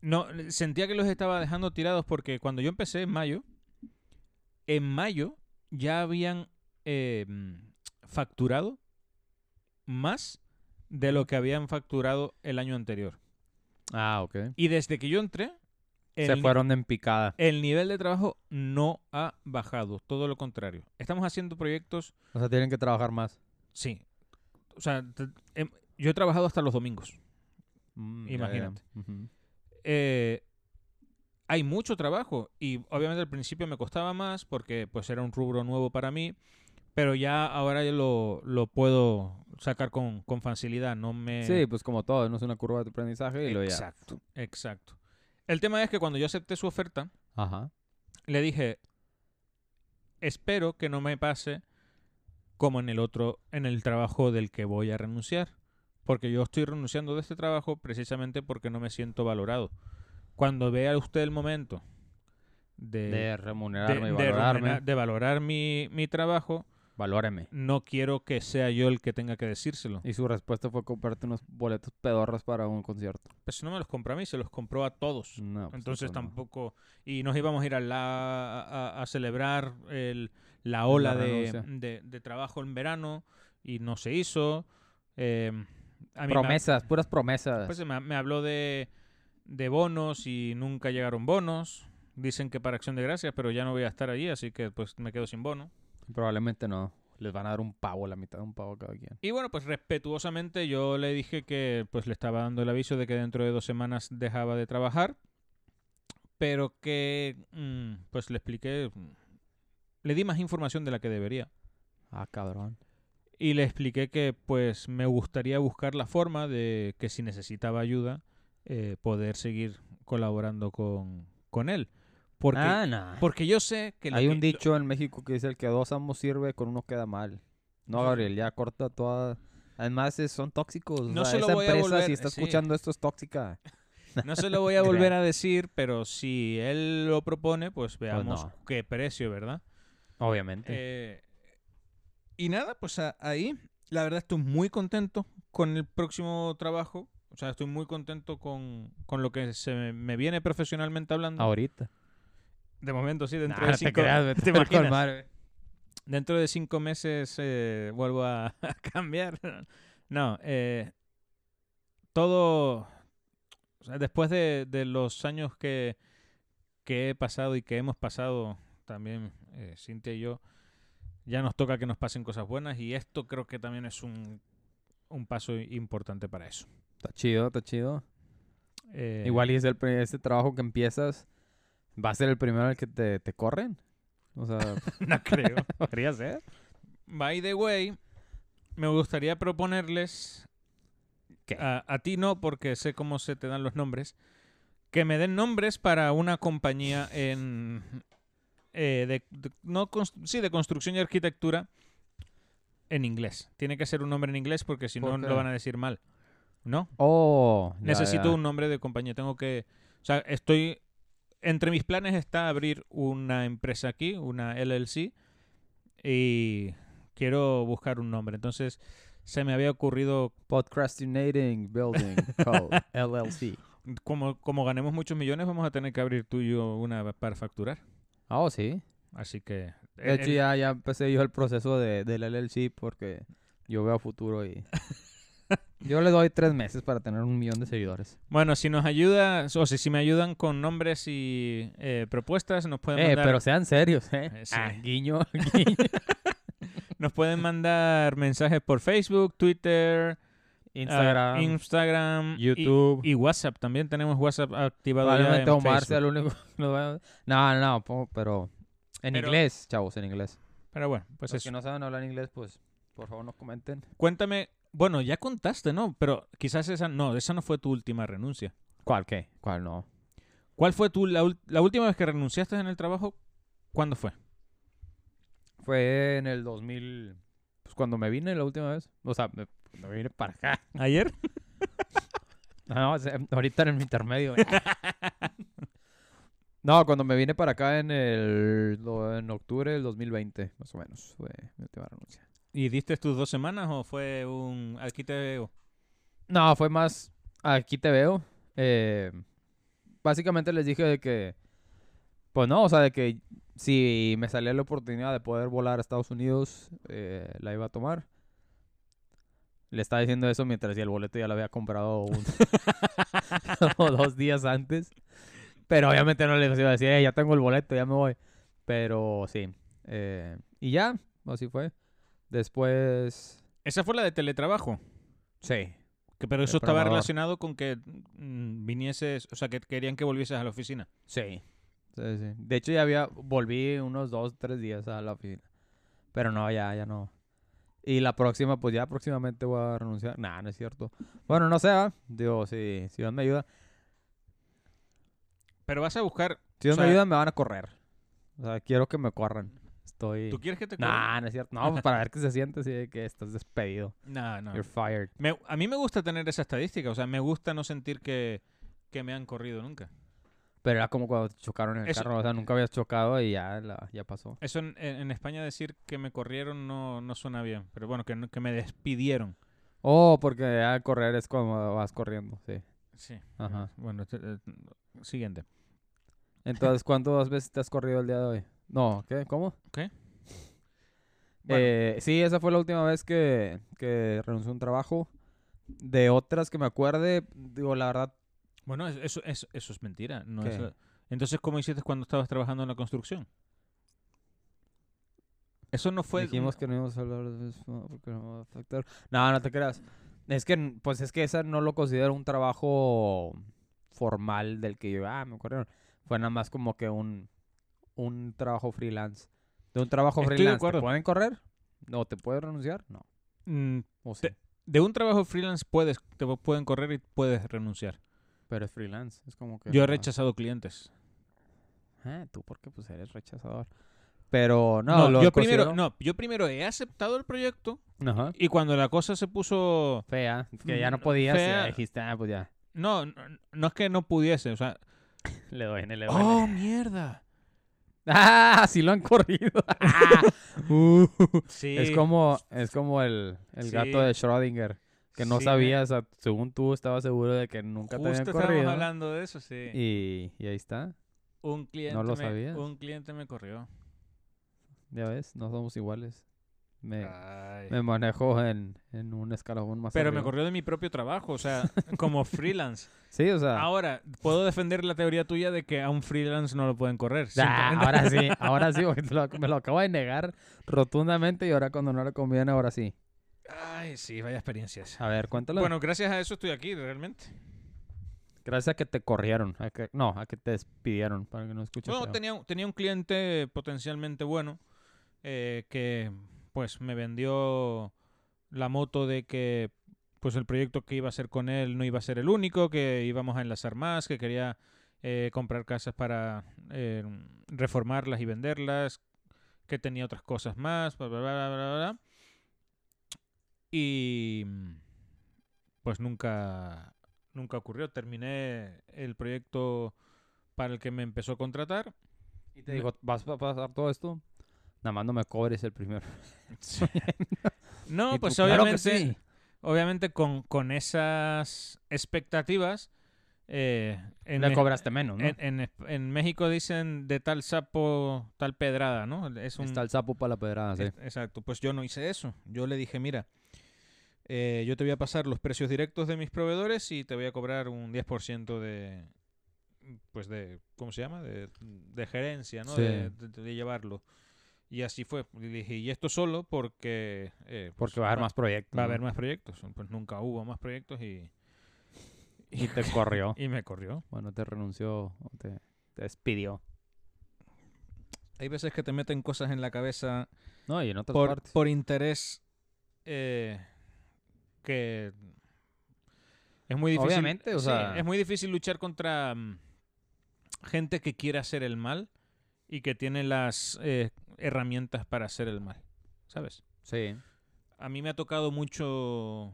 [SPEAKER 2] no, le- sentía que los estaba dejando tirados porque cuando yo empecé en mayo, en mayo ya habían eh, facturado más de lo que habían facturado el año anterior.
[SPEAKER 1] Ah, ok.
[SPEAKER 2] Y desde que yo entré,
[SPEAKER 1] Se
[SPEAKER 2] el, ni-
[SPEAKER 1] fueron en picada.
[SPEAKER 2] el nivel de trabajo no ha bajado, todo lo contrario. Estamos haciendo proyectos,
[SPEAKER 1] O sea, tienen que trabajar más.
[SPEAKER 2] sí. O sea, t- em- yo he trabajado hasta los domingos.
[SPEAKER 1] Mm, ya, ya.
[SPEAKER 2] Imagínate.
[SPEAKER 1] Ujú.
[SPEAKER 2] eh, hay mucho trabajo y obviamente al principio me costaba más porque pues era un rubro nuevo para mí, pero ya ahora ya lo, lo puedo sacar con, con facilidad, no me...
[SPEAKER 1] Sí, pues como todo, no es una curva de aprendizaje y lo ya.
[SPEAKER 2] Eh, exacto, exacto. El tema es que cuando yo acepté su oferta,
[SPEAKER 1] Ajá.
[SPEAKER 2] le dije, espero que no me pase como en el otro, en el trabajo del que voy a renunciar. Porque yo estoy renunciando de este trabajo precisamente porque no me siento valorado. Cuando vea usted el momento de,
[SPEAKER 1] De remunerarme y
[SPEAKER 2] Eh, de- de
[SPEAKER 1] valorarme.
[SPEAKER 2] remunerar- de valorar mi, mi trabajo,
[SPEAKER 1] Valóreme.
[SPEAKER 2] no quiero que sea yo el que tenga que decírselo.
[SPEAKER 1] Y su respuesta fue comprarte unos boletos pedorros para un concierto.
[SPEAKER 2] Pues no me los compró a mí, se los compró a todos.
[SPEAKER 1] No, pues,
[SPEAKER 2] Entonces
[SPEAKER 1] eso no.
[SPEAKER 2] tampoco. Y nos íbamos a ir a, la, a, a celebrar el- la ola de,
[SPEAKER 1] renuncia.
[SPEAKER 2] de- de trabajo en verano y no se hizo. Eh, a mí
[SPEAKER 1] Promesas, puras
[SPEAKER 2] Me,
[SPEAKER 1] promesas.
[SPEAKER 2] pues, me- me habló de, de bonos y nunca llegaron bonos. Dicen que para acción de gracias, pero ya no voy a estar allí, así que pues me quedo sin bono.
[SPEAKER 1] Probablemente no. Les van a dar un pavo, la mitad de un pavo a cada quien.
[SPEAKER 2] Y bueno, pues respetuosamente yo le dije que pues le estaba dando el aviso de que dentro de dos semanas dejaba de trabajar, pero que mm, pues le expliqué, mm, le di más información de la que debería
[SPEAKER 1] Ah, cabrón.
[SPEAKER 2] y le expliqué que pues me gustaría buscar la forma de que si necesitaba ayuda eh, poder seguir colaborando con, con él. Porque,
[SPEAKER 1] ah, no.
[SPEAKER 2] porque yo sé que... lo
[SPEAKER 1] Hay
[SPEAKER 2] que-
[SPEAKER 1] un dicho en México que dice el que a dos amos sirve, con uno queda mal. No,
[SPEAKER 2] Ujú.
[SPEAKER 1] Gabriel, ya corta toda. Además, es- son tóxicos. o
[SPEAKER 2] No
[SPEAKER 1] sea,
[SPEAKER 2] se lo
[SPEAKER 1] esa
[SPEAKER 2] voy a
[SPEAKER 1] empresa,
[SPEAKER 2] volver-
[SPEAKER 1] si está
[SPEAKER 2] sí.
[SPEAKER 1] escuchando esto, es tóxica.
[SPEAKER 2] No se lo voy a
[SPEAKER 1] Claro.
[SPEAKER 2] volver a decir, pero si él lo propone, pues veamos
[SPEAKER 1] no.
[SPEAKER 2] qué precio, ¿verdad?
[SPEAKER 1] Obviamente.
[SPEAKER 2] Eh, y nada, pues a- ahí, la verdad estoy muy contento con el próximo trabajo. O sea, estoy muy contento con, con lo que se me, me viene profesionalmente hablando.
[SPEAKER 1] Mm. Ahorita.
[SPEAKER 2] De momento, sí, dentro,
[SPEAKER 1] Nah, no
[SPEAKER 2] de,
[SPEAKER 1] te
[SPEAKER 2] cinco,
[SPEAKER 1] creas, vete
[SPEAKER 2] ¿te
[SPEAKER 1] a
[SPEAKER 2] imaginas?
[SPEAKER 1] colmar, güey.
[SPEAKER 2] dentro de cinco meses eh, vuelvo a, a cambiar. No, eh, todo... o sea, después de, de los años que, que he pasado y que hemos pasado también, eh, Cintia y yo, ya nos toca que nos pasen cosas buenas y esto creo que también es un, un paso importante para eso.
[SPEAKER 1] Está chido, está chido.
[SPEAKER 2] Eh,
[SPEAKER 1] Igual y es el, pri- este trabajo que empiezas, va a ser el primero al que te, te corren. O sea,
[SPEAKER 2] no creo.
[SPEAKER 1] podría ser.
[SPEAKER 2] By the way, me gustaría proponerles.
[SPEAKER 1] ¿Qué?
[SPEAKER 2] A, a ti no, porque sé cómo se te dan los nombres. Que me den nombres para una compañía en, eh, de, de- no constru- sí, de construcción y arquitectura en inglés. Tiene que ser un nombre en inglés porque si no
[SPEAKER 1] ¿Por qué?
[SPEAKER 2] lo van a decir mal. ¿No?
[SPEAKER 1] Oh, ya,
[SPEAKER 2] Necesito
[SPEAKER 1] ya.
[SPEAKER 2] un nombre de compañía. Tengo que. O sea, estoy. Entre mis planes está abrir una empresa aquí, una LLC. Y quiero buscar un nombre. Entonces, se me había ocurrido.
[SPEAKER 1] Podcrastinating Building Co. LLC.
[SPEAKER 2] Como, como ganemos muchos millones, vamos a tener que abrir tú y yo una para facturar.
[SPEAKER 1] Ah, oh, sí.
[SPEAKER 2] Así que.
[SPEAKER 1] De
[SPEAKER 2] eh,
[SPEAKER 1] hecho,
[SPEAKER 2] eh,
[SPEAKER 1] ya, ya empecé yo el proceso de, del LLC porque yo veo futuro y... Yo le doy tres meses para tener un millón de seguidores.
[SPEAKER 2] Bueno, si nos ayuda, o si, si me ayudan con nombres y eh, propuestas, nos pueden
[SPEAKER 1] Eh,
[SPEAKER 2] mandar.
[SPEAKER 1] pero sean serios, ¿eh?
[SPEAKER 2] Eh, sí.
[SPEAKER 1] Ah, guiño, guiño.
[SPEAKER 2] Nos pueden mandar mensajes por Facebook, Twitter,
[SPEAKER 1] Instagram,
[SPEAKER 2] ah, Instagram, y-
[SPEAKER 1] YouTube.
[SPEAKER 2] y, WhatsApp. También tenemos WhatsApp activado. ya en
[SPEAKER 1] Probablemente Omar
[SPEAKER 2] Facebook.
[SPEAKER 1] sea el único. que nos va a- No, no, no, po- pero en
[SPEAKER 2] Pero-
[SPEAKER 1] inglés, chavos, en inglés.
[SPEAKER 2] Pero bueno, pues
[SPEAKER 1] Los
[SPEAKER 2] eso.
[SPEAKER 1] que no saben hablar inglés, pues por favor nos comenten.
[SPEAKER 2] Cuéntame, bueno, ya contaste, ¿no? Pero quizás esa no, esa no fue tu última renuncia.
[SPEAKER 1] ¿Cuál qué? ¿Cuál no?
[SPEAKER 2] ¿Cuál fue tu la, ul- la última vez que renunciaste en el trabajo? ¿Cuándo fue?
[SPEAKER 1] Fue en el 2000, pues cuando me vine la última vez. O sea, me, cuando me vine para acá.
[SPEAKER 2] ¿Ayer?
[SPEAKER 1] No, o sea, ahorita en el intermedio. güey. no, cuando me vine para acá en el do- en octubre del 2020, más o menos, fue mi última renuncia.
[SPEAKER 2] ¿Y diste tus dos semanas o fue un aquí te veo?
[SPEAKER 1] No, fue más, aquí te veo. Eh, básicamente les dije de que, pues no, o sea, de que si me salía la oportunidad de poder volar a Estados Unidos, eh, la iba a tomar. Le estaba diciendo eso mientras ya el boleto ya lo había comprado un- como dos días antes. Pero obviamente no les iba a decir, "Eh, ya tengo el boleto, ya me voy. Pero sí. eh, y ya, así fue. Después...
[SPEAKER 2] Esa fue la de teletrabajo.
[SPEAKER 1] Sí.
[SPEAKER 2] Que, pero
[SPEAKER 1] El
[SPEAKER 2] eso estaba
[SPEAKER 1] programador.
[SPEAKER 2] relacionado con que mm, vinieses, o sea, que querían que volvieses a la oficina.
[SPEAKER 1] Sí. Sí, sí. De hecho, ya había. Volví unos dos, tres días a la oficina. Pero no, ya, ya no. Y la próxima, pues ya próximamente voy a renunciar. Nah, no es cierto. Bueno, no sé, ¿va? Digo, si, si Dios me ayuda.
[SPEAKER 2] Pero vas a buscar.
[SPEAKER 1] Si Dios
[SPEAKER 2] sea-
[SPEAKER 1] me ayuda, me van a correr. O sea, quiero que me corran. Estoy.
[SPEAKER 2] ¿Tú quieres que te corra?
[SPEAKER 1] Nah, no es cierto. No, pues para ver qué se siente, así de que estás despedido.
[SPEAKER 2] Nah, no.
[SPEAKER 1] You're fired.
[SPEAKER 2] Me- a mí me gusta tener esa estadística, o sea, me gusta no sentir que, que me han corrido nunca.
[SPEAKER 1] Pero era como cuando te chocaron en el
[SPEAKER 2] Eso-
[SPEAKER 1] carro. O sea, nunca habías chocado y ya, la- ya pasó.
[SPEAKER 2] Eso en, en- en España decir que me corrieron no, no suena bien, pero bueno, que, no- que me despidieron.
[SPEAKER 1] Oh, porque al correr es cuando vas corriendo, sí.
[SPEAKER 2] Sí.
[SPEAKER 1] Ajá.
[SPEAKER 2] Bueno, te- eh, siguiente.
[SPEAKER 1] Entonces, ¿cuántas veces te has corrido el día de hoy? No, ¿qué? ¿Cómo?
[SPEAKER 2] ¿Qué? Bueno.
[SPEAKER 1] Eh, sí, esa fue la última vez que, que renuncié a un trabajo. De otras que me acuerde, digo, la verdad,
[SPEAKER 2] Bueno, es- eso, eso, eso es mentira. no
[SPEAKER 1] ¿Qué?
[SPEAKER 2] es- eh, Entonces, ¿cómo hiciste cuando estabas trabajando en la construcción? Eso no fue...
[SPEAKER 1] dijimos que no íbamos a hablar de eso no, porque no va a afectar. No, no te creas. Es que, n- pues es que esa no lo considero un trabajo formal del que yo, ah, me corrieron. Fue nada más como que un, un trabajo freelance. De un trabajo
[SPEAKER 2] Estoy de
[SPEAKER 1] freelance, ¿te
[SPEAKER 2] acuerdo.
[SPEAKER 1] pueden correr? ¿No te puedes renunciar? No.
[SPEAKER 2] Mm,
[SPEAKER 1] ¿O sí?
[SPEAKER 2] Te- de un trabajo freelance puedes, te pueden correr y puedes renunciar.
[SPEAKER 1] Pero es freelance, es como que...
[SPEAKER 2] Yo he
[SPEAKER 1] nomás-
[SPEAKER 2] rechazado clientes.
[SPEAKER 1] Ah, tú porque pues eres rechazador. Pero no,
[SPEAKER 2] No,
[SPEAKER 1] lo
[SPEAKER 2] yo primero,
[SPEAKER 1] considero-
[SPEAKER 2] no, yo primero he aceptado el proyecto
[SPEAKER 1] Ajá.
[SPEAKER 2] y cuando la cosa se puso
[SPEAKER 1] Fea, que ya no
[SPEAKER 2] Mm,
[SPEAKER 1] podías, y ya
[SPEAKER 2] fea.
[SPEAKER 1] dijiste, ah, pues ya,
[SPEAKER 2] no, no, no es que no pudiese, o sea,
[SPEAKER 1] le doy en el
[SPEAKER 2] oh mierda.
[SPEAKER 1] ¡Ah! Sí lo han corrido. Ah. Uh,
[SPEAKER 2] Sí.
[SPEAKER 1] Es como, es como el, el gato
[SPEAKER 2] Sí.
[SPEAKER 1] de Schrödinger, que no
[SPEAKER 2] Sí,
[SPEAKER 1] sabías, o sea, según tú estabas seguro de que nunca
[SPEAKER 2] Justo
[SPEAKER 1] te habían
[SPEAKER 2] estábamos
[SPEAKER 1] corrido.
[SPEAKER 2] hablando de eso, sí.
[SPEAKER 1] Y, y ahí está,
[SPEAKER 2] un cliente
[SPEAKER 1] lo
[SPEAKER 2] me-
[SPEAKER 1] sabías.
[SPEAKER 2] un cliente me corrió.
[SPEAKER 1] ya ves, no somos iguales. Me,
[SPEAKER 2] Ay.
[SPEAKER 1] me manejo en, en un escalafón más
[SPEAKER 2] Pero me
[SPEAKER 1] arriba.
[SPEAKER 2] corrió de mi propio trabajo, o sea, como freelance.
[SPEAKER 1] Sí, o sea...
[SPEAKER 2] Ahora, puedo defender la teoría tuya de que a un freelance no lo pueden correr.
[SPEAKER 1] Ah,
[SPEAKER 2] Simplemente-
[SPEAKER 1] ahora sí, ahora sí, porque te lo- me lo acabo de negar rotundamente y ahora cuando no le conviene, ahora sí.
[SPEAKER 2] Ay, sí, vaya experiencias.
[SPEAKER 1] A ver, cuéntalo.
[SPEAKER 2] Bueno, gracias a eso estoy aquí, realmente.
[SPEAKER 1] Gracias a que te corrieron, a que, no, a que te despidieron, para que no escuches.
[SPEAKER 2] Bueno,
[SPEAKER 1] feo.
[SPEAKER 2] tenía, un- tenía un cliente potencialmente bueno eh, que pues me vendió la moto de que pues el proyecto que iba a hacer con él no iba a ser el único, que íbamos a enlazar más, que quería eh, comprar casas para eh, reformarlas y venderlas, que tenía otras cosas más, bla, bla, bla, bla, bla, bla. Y pues nunca, nunca ocurrió. Terminé el proyecto para el que me empezó a contratar.
[SPEAKER 1] Y te dijo, ¿vas a pasar todo esto? Nada más no me cobres el primero.
[SPEAKER 2] No,
[SPEAKER 1] Y
[SPEAKER 2] pues
[SPEAKER 1] tú, "Claro que
[SPEAKER 2] obviamente,
[SPEAKER 1] sí".
[SPEAKER 2] obviamente con, con esas expectativas... eh, en
[SPEAKER 1] Le
[SPEAKER 2] es-
[SPEAKER 1] cobraste menos, ¿no?
[SPEAKER 2] En, en es- en México dicen de tal sapo, tal pedrada, ¿no? Es un,
[SPEAKER 1] Está el sapo para la pedrada, sí.
[SPEAKER 2] es- Exacto, pues yo no hice eso. Yo le dije, mira, eh, yo te voy a pasar los precios directos de mis proveedores y te voy a cobrar un 10% de, pues de, ¿cómo se llama? De, de gerencia, ¿no?
[SPEAKER 1] Sí.
[SPEAKER 2] De, de- de llevarlo. Y así fue. Y le dije, y esto solo porque... eh, pues,
[SPEAKER 1] Porque va a haber
[SPEAKER 2] va-
[SPEAKER 1] más proyectos.
[SPEAKER 2] Va a
[SPEAKER 1] ¿no?
[SPEAKER 2] haber más proyectos. Pues nunca hubo más proyectos y...
[SPEAKER 1] Y te corrió.
[SPEAKER 2] y me corrió.
[SPEAKER 1] Bueno, te renunció o te, te despidió.
[SPEAKER 2] Hay veces que te meten cosas en la cabeza
[SPEAKER 1] No, y en otras
[SPEAKER 2] por,
[SPEAKER 1] partes.
[SPEAKER 2] por interés eh, que es muy difícil.
[SPEAKER 1] Obviamente, o
[SPEAKER 2] sí,
[SPEAKER 1] sea-
[SPEAKER 2] es muy difícil luchar contra mm, gente que quiere hacer el mal y que tiene las eh, herramientas para hacer el mal, ¿sabes?
[SPEAKER 1] Sí.
[SPEAKER 2] A mí me ha tocado mucho, o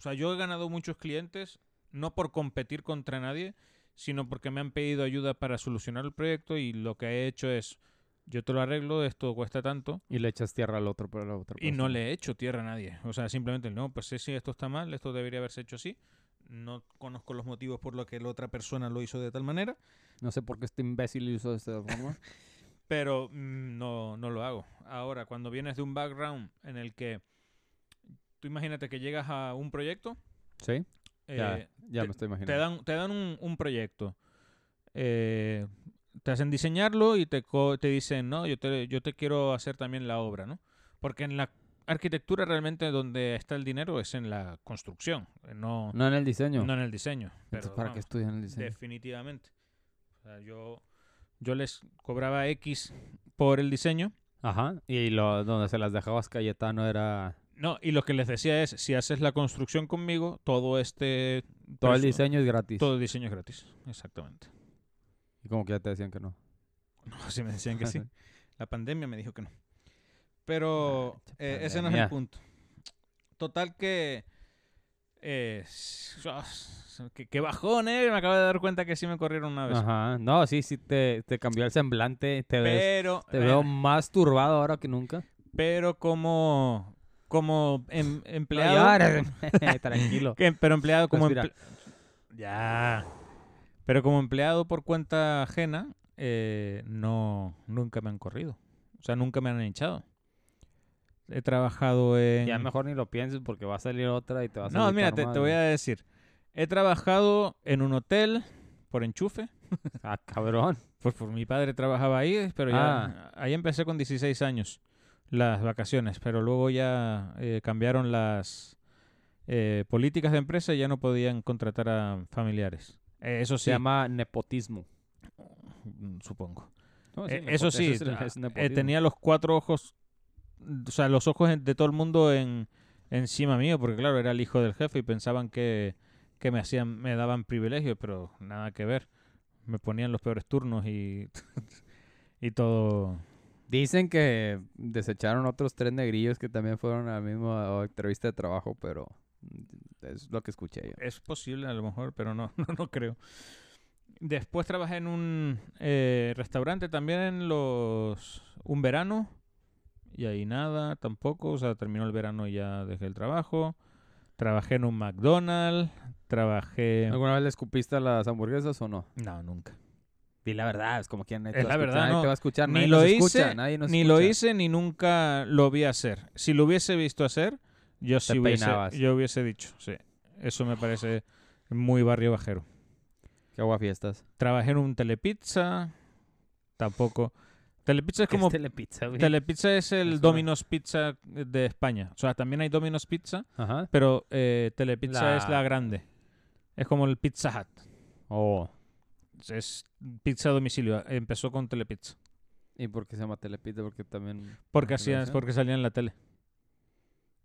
[SPEAKER 2] sea, yo he ganado muchos clientes no por competir contra nadie, sino porque me han pedido ayuda para solucionar el proyecto y lo que he hecho es yo te lo arreglo, esto cuesta tanto,
[SPEAKER 1] Y le echas tierra al otro por la otra
[SPEAKER 2] y no
[SPEAKER 1] persona.
[SPEAKER 2] le he hecho tierra a nadie. O sea, simplemente, no, pues sí, sí, esto está mal, esto debería haberse hecho así. No conozco los motivos por los que la otra persona lo hizo de tal manera,
[SPEAKER 1] No sé por qué este imbécil hizo de esta forma.
[SPEAKER 2] pero mm, no, no lo hago. Ahora, cuando vienes de un background en el que tú imagínate que llegas a un proyecto,
[SPEAKER 1] sí, ya,
[SPEAKER 2] eh,
[SPEAKER 1] ya me estoy imaginando.
[SPEAKER 2] te dan, te dan un, un proyecto. eh, te hacen diseñarlo y te, co- te dicen, no, yo te, yo te quiero hacer también la obra, ¿no? Porque en la arquitectura realmente donde está el dinero es en la construcción, eh, no,
[SPEAKER 1] No en el diseño.
[SPEAKER 2] no en el diseño.
[SPEAKER 1] Entonces,
[SPEAKER 2] pero
[SPEAKER 1] ¿para qué
[SPEAKER 2] vamos,
[SPEAKER 1] estudian el diseño?
[SPEAKER 2] definitivamente. O sea, yo, yo les cobraba X por el diseño.
[SPEAKER 1] Ajá. Y lo, donde se las dejabas Cayetano era
[SPEAKER 2] No, y lo que les decía es, si haces la construcción conmigo, todo este...
[SPEAKER 1] todo el
[SPEAKER 2] presu-
[SPEAKER 1] diseño es gratis.
[SPEAKER 2] Todo el diseño es gratis, exactamente.
[SPEAKER 1] Y como que ya te decían que no.
[SPEAKER 2] No, si me decían que Pues sí. La pandemia me dijo que no. Pero
[SPEAKER 1] Ah,
[SPEAKER 2] eh,
[SPEAKER 1] che
[SPEAKER 2] ese no es el
[SPEAKER 1] pandemia.
[SPEAKER 2] punto. Total que... eh, s- ah, s- que, que bajón, ¿eh? Me acabo de dar cuenta que sí me corrieron una vez.
[SPEAKER 1] Ajá. No, sí, sí te, te cambió el semblante, te ves
[SPEAKER 2] Pero...
[SPEAKER 1] te
[SPEAKER 2] eh,
[SPEAKER 1] veo más turbado ahora que nunca.
[SPEAKER 2] Pero como... Como em- empleado...
[SPEAKER 1] llores. Tranquilo.
[SPEAKER 2] que- pero empleado como...
[SPEAKER 1] Respira.
[SPEAKER 2] emple- ya. Pero como empleado por cuenta ajena, eh, no... Nunca me han corrido. O sea, nunca me han hinchado. He trabajado en...
[SPEAKER 1] Ya mejor ni lo pienses porque va a salir otra y te vas a
[SPEAKER 2] No,
[SPEAKER 1] gritar
[SPEAKER 2] mira, te, te
[SPEAKER 1] madre.
[SPEAKER 2] voy a decir. He trabajado en un hotel por enchufe.
[SPEAKER 1] Ah, cabrón.
[SPEAKER 2] Pues por mi padre trabajaba ahí, pero ya.
[SPEAKER 1] Ah.
[SPEAKER 2] Ahí empecé con 16 años las vacaciones, pero luego ya eh, cambiaron las eh, políticas de empresa y ya no podían contratar a familiares. Eh, eso
[SPEAKER 1] Se
[SPEAKER 2] sí,
[SPEAKER 1] llama nepotismo.
[SPEAKER 2] mm, supongo.
[SPEAKER 1] No,
[SPEAKER 2] Eh,
[SPEAKER 1] nepo-
[SPEAKER 2] eso sí,
[SPEAKER 1] es el-
[SPEAKER 2] ah,
[SPEAKER 1] es
[SPEAKER 2] eh,
[SPEAKER 1] nepotismo.
[SPEAKER 2] tenía los cuatro ojos, o sea, los ojos en- de todo el mundo en, encima mío, porque claro, era el hijo del jefe y pensaban que, que me hacían, me daban privilegios, pero nada que ver. Me ponían los peores turnos y, y todo.
[SPEAKER 1] Dicen que desecharon otros tres negrillos que también fueron a la misma entrevista de trabajo, pero mm, es lo que escuché yo.
[SPEAKER 2] Es posible a lo mejor, pero no, no, no creo. Después trabajé en un eh, restaurante también en los un verano y ahí nada, tampoco, o sea, terminó el verano y ya dejé el trabajo. Trabajé en un McDonald's, trabajé
[SPEAKER 1] ¿Alguna vez le escupiste a las hamburguesas o no?
[SPEAKER 2] No, nunca.
[SPEAKER 1] Di la verdad, es como quien
[SPEAKER 2] Es la verdad,
[SPEAKER 1] nadie
[SPEAKER 2] no.
[SPEAKER 1] te va a escuchar,
[SPEAKER 2] Ni
[SPEAKER 1] nadie
[SPEAKER 2] lo
[SPEAKER 1] nos
[SPEAKER 2] hice,
[SPEAKER 1] escucha, nadie nos
[SPEAKER 2] Ni
[SPEAKER 1] escucha.
[SPEAKER 2] lo hice ni nunca lo vi hacer. Si lo hubiese visto hacer, yo sí hubiese,
[SPEAKER 1] peinabas.
[SPEAKER 2] yo hubiese dicho, sí. Eso me parece muy barrio bajero.
[SPEAKER 1] Qué agua fiestas.
[SPEAKER 2] Trabajé en un Telepizza. Tampoco. Telepizza es como.
[SPEAKER 1] telepizza, güey?
[SPEAKER 2] Telepizza es el
[SPEAKER 1] Es una-
[SPEAKER 2] Domino's Pizza de España. O sea, también hay Domino's Pizza,
[SPEAKER 1] Ajá.
[SPEAKER 2] pero eh, Telepizza es
[SPEAKER 1] La-
[SPEAKER 2] la grande. Es como el Pizza Hut.
[SPEAKER 1] Oh.
[SPEAKER 2] Es pizza a domicilio. Empezó con Telepizza.
[SPEAKER 1] ¿Y por qué se llama telepizza? Porque también...
[SPEAKER 2] Porque
[SPEAKER 1] ¿La
[SPEAKER 2] hacían,
[SPEAKER 1] televisión?
[SPEAKER 2] porque salían en la tele.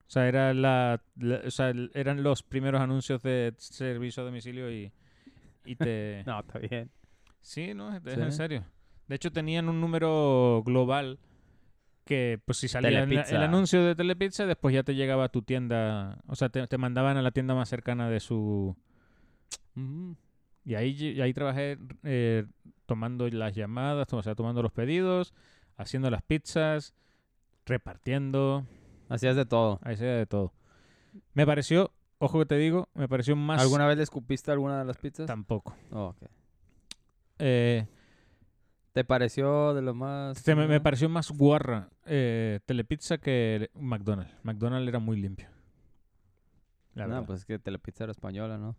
[SPEAKER 2] O sea, era la, la- o sea, el- eran los primeros anuncios de servicio a domicilio y, y te...
[SPEAKER 1] No, está bien.
[SPEAKER 2] Sí, no, es, es
[SPEAKER 1] Sí.
[SPEAKER 2] en serio. De hecho, tenían un número global que, pues, si salía el,
[SPEAKER 1] Telepizza.
[SPEAKER 2] el anuncio de Telepizza, después ya te llegaba a tu tienda. O sea, te, te mandaban a la tienda más cercana de su. Y ahí, y ahí trabajé eh, tomando las llamadas, o sea, tomando los pedidos, haciendo las pizzas, repartiendo.
[SPEAKER 1] Hacías de todo.
[SPEAKER 2] Ahí se de todo. Me pareció, ojo que te digo, me pareció más.
[SPEAKER 1] ¿Alguna vez le escupiste alguna de las pizzas?
[SPEAKER 2] Tampoco.
[SPEAKER 1] Oh, ok.
[SPEAKER 2] Eh,
[SPEAKER 1] ¿Te pareció de lo más...?
[SPEAKER 2] se Este, me, me
[SPEAKER 1] ¿no?
[SPEAKER 2] pareció más guarra eh, Telepizza que McDonald's. McDonald's era muy limpio. La
[SPEAKER 1] No,
[SPEAKER 2] verdad.
[SPEAKER 1] pues es que Telepizza era española, ¿no?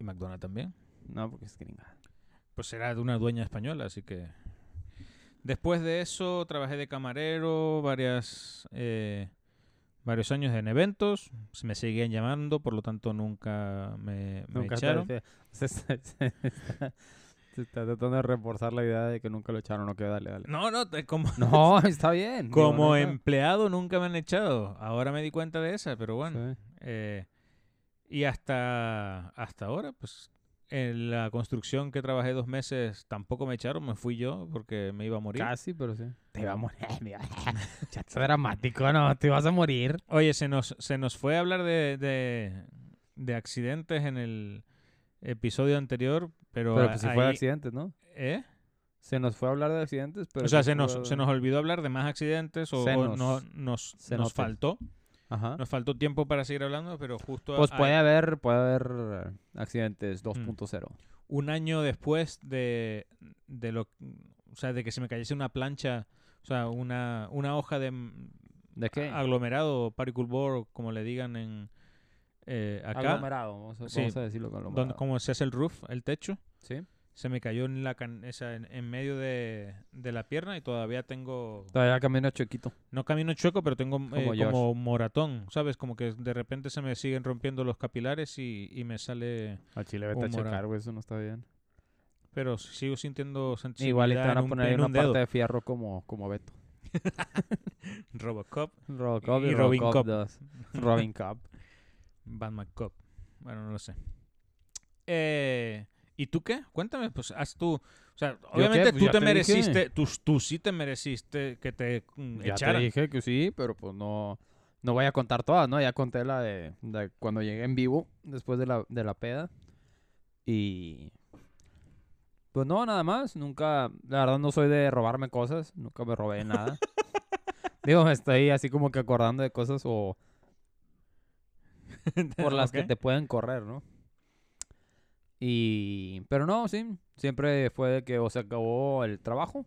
[SPEAKER 2] Y McDonald's también.
[SPEAKER 1] No, porque es gringa.
[SPEAKER 2] Pues era de una dueña española, así que. Después de eso, trabajé de camarero varias, eh, varios años en eventos. Se Me seguían llamando, por lo tanto nunca me, me
[SPEAKER 1] Nunca te
[SPEAKER 2] echaron.
[SPEAKER 1] decía- se, se- se está, se está tratando de reforzar la idea de que nunca lo echaron. Ok, dale, dale.
[SPEAKER 2] No, no, te- como,
[SPEAKER 1] No, está bien. digo,
[SPEAKER 2] como
[SPEAKER 1] no está-
[SPEAKER 2] empleado nunca me han echado. Ahora me di cuenta de esa, pero bueno.
[SPEAKER 1] Sí.
[SPEAKER 2] Eh, y hasta, hasta ahora, pues en la construcción que trabajé dos meses tampoco me echaron, me fui yo porque me iba a morir.
[SPEAKER 1] Casi, pero sí. Te iba a morir. me iba- Ya está dramático, ¿no? Te ibas a morir.
[SPEAKER 2] Oye, se nos, se nos fue a hablar de, de, de accidentes en el episodio anterior, pero,
[SPEAKER 1] Pero
[SPEAKER 2] a-
[SPEAKER 1] pues si fue de
[SPEAKER 2] ahí-
[SPEAKER 1] accidentes, ¿no?
[SPEAKER 2] ¿eh?
[SPEAKER 1] Se nos fue a hablar de accidentes, pero...
[SPEAKER 2] O sea,
[SPEAKER 1] sí
[SPEAKER 2] se nos,
[SPEAKER 1] fue-
[SPEAKER 2] se nos olvidó hablar de más accidentes o,
[SPEAKER 1] Se
[SPEAKER 2] o no-
[SPEAKER 1] nos-
[SPEAKER 2] nos,
[SPEAKER 1] se
[SPEAKER 2] nos
[SPEAKER 1] notes.
[SPEAKER 2] faltó.
[SPEAKER 1] Ajá.
[SPEAKER 2] Nos faltó tiempo para seguir hablando, pero justo
[SPEAKER 1] Pues
[SPEAKER 2] a-
[SPEAKER 1] puede haber, puede haber eh, accidentes 2.0.
[SPEAKER 2] un año después de, de lo o sea, de que se me cayese una plancha, o sea, una, una hoja de m-
[SPEAKER 1] ¿De qué?
[SPEAKER 2] aglomerado, particle board, o como le digan en eh,
[SPEAKER 1] ah,
[SPEAKER 2] acá,
[SPEAKER 1] Aglomerado, vamos a,
[SPEAKER 2] Sí.
[SPEAKER 1] vamos a decirlo con aglomerado.
[SPEAKER 2] donde como se hace el roof, el techo,
[SPEAKER 1] Sí.
[SPEAKER 2] se me cayó en la can- esa, en, en medio de, de la pierna y todavía tengo
[SPEAKER 1] Todavía camino chiquito.
[SPEAKER 2] no camino chueco, pero tengo eh,
[SPEAKER 1] Como Josh.
[SPEAKER 2] como moratón, ¿sabes? Como que de repente se me siguen rompiendo los capilares y, y me sale,
[SPEAKER 1] Al chile
[SPEAKER 2] vete a checar,
[SPEAKER 1] güey, eso no está bien.
[SPEAKER 2] pero sigo sintiendo sensibilidad
[SPEAKER 1] Igual y te van
[SPEAKER 2] en
[SPEAKER 1] a
[SPEAKER 2] un-
[SPEAKER 1] poner ahí
[SPEAKER 2] en
[SPEAKER 1] una
[SPEAKER 2] un dedo.
[SPEAKER 1] parte de fierro como, como Beto.
[SPEAKER 2] Robocop.
[SPEAKER 1] Robocop y,
[SPEAKER 2] Y
[SPEAKER 1] Robin
[SPEAKER 2] Robin
[SPEAKER 1] Cup
[SPEAKER 2] Cop.
[SPEAKER 1] 2. Robin Cup.
[SPEAKER 2] Batman Cop. Bueno, no lo sé. Eh, ¿Y tú qué? Cuéntame, pues haz tú. O sea, obviamente
[SPEAKER 1] Pues
[SPEAKER 2] tú
[SPEAKER 1] ya
[SPEAKER 2] te,
[SPEAKER 1] te dije.
[SPEAKER 2] mereciste, tú, tú sí te mereciste que te mm,
[SPEAKER 1] Ya te
[SPEAKER 2] echaran.
[SPEAKER 1] dije que sí, pero pues no, no voy a contar todas, ¿no? Ya conté la de, de cuando llegué en vivo después de la, de la peda. Y. Pues no, nada más. Nunca. La verdad, no soy de robarme cosas. Nunca me robé nada. Digo, me estoy así como que acordando de cosas o por las
[SPEAKER 2] Ok.
[SPEAKER 1] que te pueden correr, ¿no? Y. Pero no, sí. Siempre fue de que o se acabó el trabajo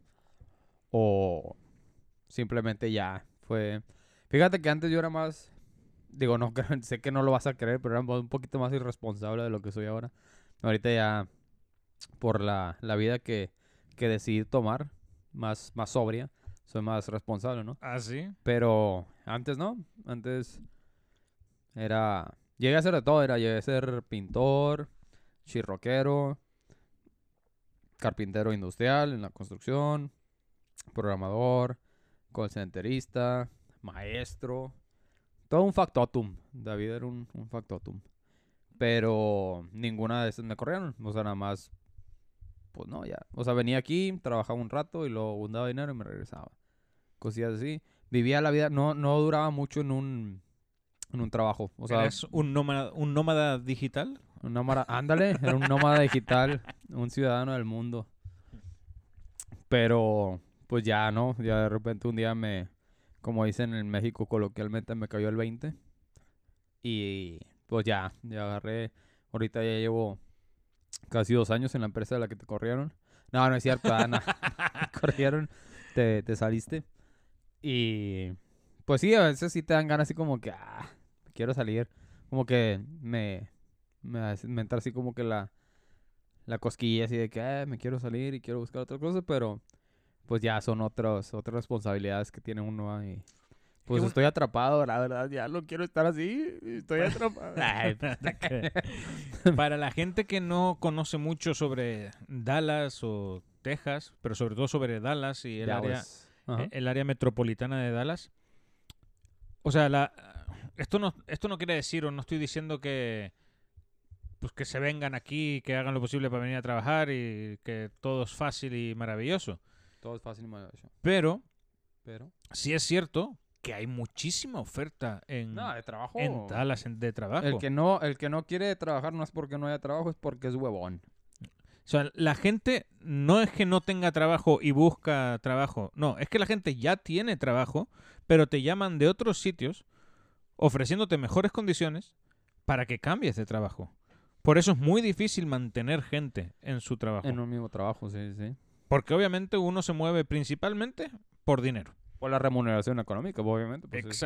[SPEAKER 1] o simplemente ya fue. Fíjate que antes yo era más. Digo, no creo- sé que no lo vas a creer, pero era un poquito más irresponsable de lo que soy ahora. Ahorita ya, por la, la vida que, que decidí tomar, más, más sobria, soy más responsable, ¿no?
[SPEAKER 2] Ah, sí.
[SPEAKER 1] Pero antes no, antes era... Llegué a ser de todo, era llegué a ser pintor, chirroquero, carpintero industrial en la construcción, programador, colcenterista, maestro, todo un factotum. David era un, un factotum. Pero ninguna de esas me corrieron, o sea, nada más, pues no, ya. O sea, venía aquí, trabajaba un rato y luego abundaba dinero y me regresaba. Cosillas así vivía la vida, no, no duraba mucho en un, en un trabajo. O sea,
[SPEAKER 2] ¿Eres un nómada, un nómada digital?
[SPEAKER 1] un nómada, ándale, era un nómada digital, un ciudadano del mundo. Pero, pues ya, ¿no? Ya de repente un día me, como dicen en México coloquialmente, me cayó el 20. Y pues ya, ya agarré, ahorita ya llevo casi dos años en la empresa de la que te corrieron. No, no es cierto, Ana. corrieron, te, te saliste. Y pues sí, a veces sí te dan ganas así como que, ah, quiero salir. Como que me, me, hace- me entra así como que la, la cosquilla así de que "Ah, me quiero salir y quiero buscar otra cosa, pero pues ya son otros, otras responsabilidades que tiene uno ahí. Pues
[SPEAKER 2] un-
[SPEAKER 1] estoy atrapado, la verdad, ya no quiero estar así, estoy atrapado.
[SPEAKER 2] Ay, puta que- Para la gente que no conoce mucho sobre Dallas o Texas, pero sobre todo sobre Dallas y el
[SPEAKER 1] Ya,
[SPEAKER 2] área,
[SPEAKER 1] pues, ajá.
[SPEAKER 2] e- el área metropolitana de Dallas. O sea, la, esto, no, esto no quiere decir, o no estoy diciendo que pues que se vengan aquí, que hagan lo posible para venir a trabajar y que todo es fácil y maravilloso.
[SPEAKER 1] Todo es fácil y maravilloso.
[SPEAKER 2] Pero
[SPEAKER 1] Pero.
[SPEAKER 2] sí es cierto que hay muchísima oferta en,
[SPEAKER 1] No, de trabajo.
[SPEAKER 2] en Dallas en- de Mm. trabajo.
[SPEAKER 1] el que no, el que no quiere trabajar no es porque no haya trabajo, es porque es huevón.
[SPEAKER 2] O sea, la gente no es que no tenga trabajo y busca trabajo. No, es que la gente ya tiene trabajo, pero te llaman de otros sitios ofreciéndote mejores condiciones para que cambies de trabajo. Por eso es muy difícil mantener gente en su trabajo.
[SPEAKER 1] En un mismo trabajo, sí, sí.
[SPEAKER 2] Porque obviamente uno se mueve principalmente por dinero.
[SPEAKER 1] Por la remuneración económica, obviamente. pues, sí,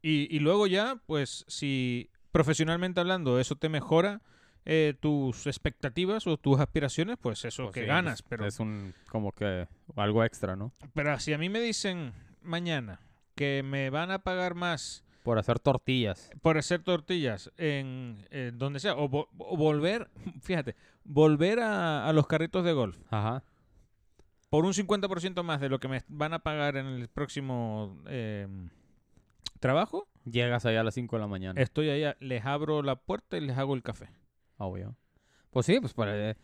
[SPEAKER 2] Y, y luego ya, pues si profesionalmente hablando eso te mejora eh, tus expectativas o tus aspiraciones, pues eso
[SPEAKER 1] Pues
[SPEAKER 2] que
[SPEAKER 1] sí,
[SPEAKER 2] ganas.
[SPEAKER 1] es-
[SPEAKER 2] pero
[SPEAKER 1] Es un, como que, algo extra, ¿no?
[SPEAKER 2] Pero si a mí me dicen mañana que me van a pagar más
[SPEAKER 1] Por hacer tortillas.
[SPEAKER 2] por hacer tortillas en eh, donde sea, o, vo- o volver, fíjate, volver a, a los carritos de golf
[SPEAKER 1] Ajá.
[SPEAKER 2] por un 50% más de lo que me van a pagar en el próximo eh, trabajo,
[SPEAKER 1] Llegas allá a las 5 de la mañana.
[SPEAKER 2] estoy allá, les abro la puerta y les hago el café.
[SPEAKER 1] Obvio. Pues sí, pues para, eh,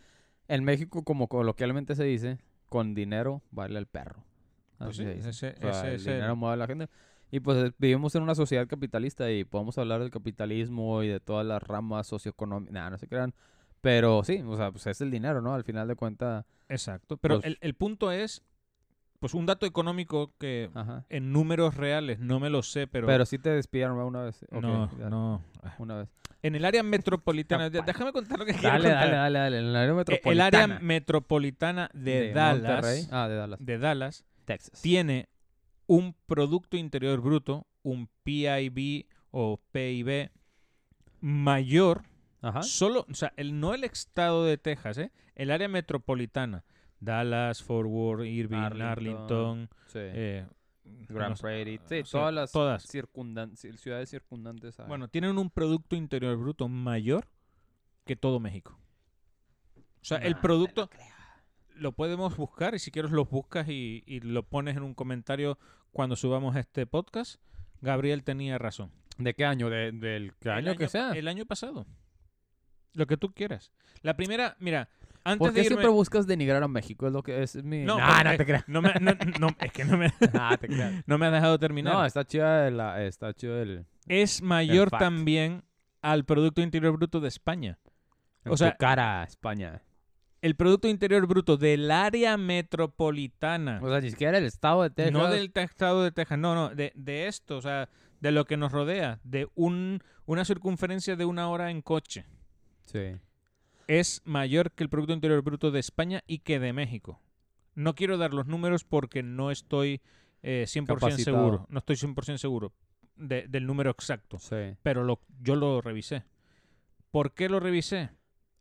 [SPEAKER 1] en México, como coloquialmente se dice, con dinero baila el perro.
[SPEAKER 2] Pues
[SPEAKER 1] Así
[SPEAKER 2] sí,
[SPEAKER 1] se dice.
[SPEAKER 2] ese-
[SPEAKER 1] O sea,
[SPEAKER 2] ese
[SPEAKER 1] el
[SPEAKER 2] es el-
[SPEAKER 1] dinero mueve a la gente. Y pues eh, vivimos en una sociedad capitalista y podemos hablar del capitalismo y de todas las ramas socioeconómicas. Nah, no se crean. Pero sí, o sea, pues es el dinero, ¿no? Al final de cuentas.
[SPEAKER 2] Exacto. Pero
[SPEAKER 1] Pues-
[SPEAKER 2] el, el punto es, pues un dato económico que
[SPEAKER 1] Ajá.
[SPEAKER 2] en números reales no me lo sé, pero...
[SPEAKER 1] Pero, sí te despidieron ¿verdad? una vez. Ok,
[SPEAKER 2] no,
[SPEAKER 1] ya,
[SPEAKER 2] no.
[SPEAKER 1] Una vez.
[SPEAKER 2] En el área metropolitana.
[SPEAKER 1] Capaz.
[SPEAKER 2] Déjame contar lo que quiero
[SPEAKER 1] Dale,
[SPEAKER 2] contar.
[SPEAKER 1] dale, dale, dale. En el área
[SPEAKER 2] Eh, El área
[SPEAKER 1] metropolitana
[SPEAKER 2] metropolitana
[SPEAKER 1] Monterrey.
[SPEAKER 2] de, Dallas,
[SPEAKER 1] Ah, de Dallas.
[SPEAKER 2] de Dallas
[SPEAKER 1] Texas.
[SPEAKER 2] tiene un Producto Interior Bruto, un PIB o PIB mayor,
[SPEAKER 1] Ajá.
[SPEAKER 2] solo, o sea, el, no el estado de Texas, ¿eh? el área metropolitana. Dallas, Fort Worth, Irving, Arlington,
[SPEAKER 1] Arlington, Sí.
[SPEAKER 2] eh,
[SPEAKER 1] Grand
[SPEAKER 2] no sé,
[SPEAKER 1] Prairie, Ah, sí,
[SPEAKER 2] o sea,
[SPEAKER 1] todas las
[SPEAKER 2] todas.
[SPEAKER 1] circundan- ci- ciudades circundantes. a-
[SPEAKER 2] Bueno, tienen un Producto Interior Bruto mayor que todo México. O sea, el
[SPEAKER 1] No,
[SPEAKER 2] producto lo podemos buscar y si quieres los buscas y, y lo pones en un comentario cuando subamos este podcast. Gabriel tenía razón.
[SPEAKER 1] ¿de qué año? De- del que
[SPEAKER 2] El
[SPEAKER 1] año que sea.
[SPEAKER 2] El año pasado. Lo que tú quieras. La primera, mira, antes
[SPEAKER 1] ¿Por
[SPEAKER 2] de
[SPEAKER 1] qué
[SPEAKER 2] irme...
[SPEAKER 1] siempre buscas denigrar a México? Es lo que es mi.
[SPEAKER 2] No,
[SPEAKER 1] Nah,
[SPEAKER 2] porque-
[SPEAKER 1] no te creas.
[SPEAKER 2] no me- no- no, es que no me,
[SPEAKER 1] Nah, te creas.
[SPEAKER 2] no me has dejado terminar.
[SPEAKER 1] No, está chida la, está chido el.
[SPEAKER 2] es mayor
[SPEAKER 1] fact.
[SPEAKER 2] también al Producto Interior Bruto de España. O
[SPEAKER 1] en
[SPEAKER 2] sea-
[SPEAKER 1] tu cara, España.
[SPEAKER 2] El Producto Interior Bruto del área metropolitana.
[SPEAKER 1] O sea, ni siquiera el estado de Texas.
[SPEAKER 2] No del te- estado de Texas, no, no, de, de esto, o sea, de lo que nos rodea, de un, una circunferencia de una hora en coche.
[SPEAKER 1] Sí.
[SPEAKER 2] Es mayor que el Producto Interior Bruto de España y que de México. No quiero dar los números porque no estoy eh, 100%
[SPEAKER 1] Capacitado.
[SPEAKER 2] seguro, no estoy 100% seguro de- del número exacto,
[SPEAKER 1] Sí.
[SPEAKER 2] pero lo, yo lo revisé. ¿Por qué lo revisé?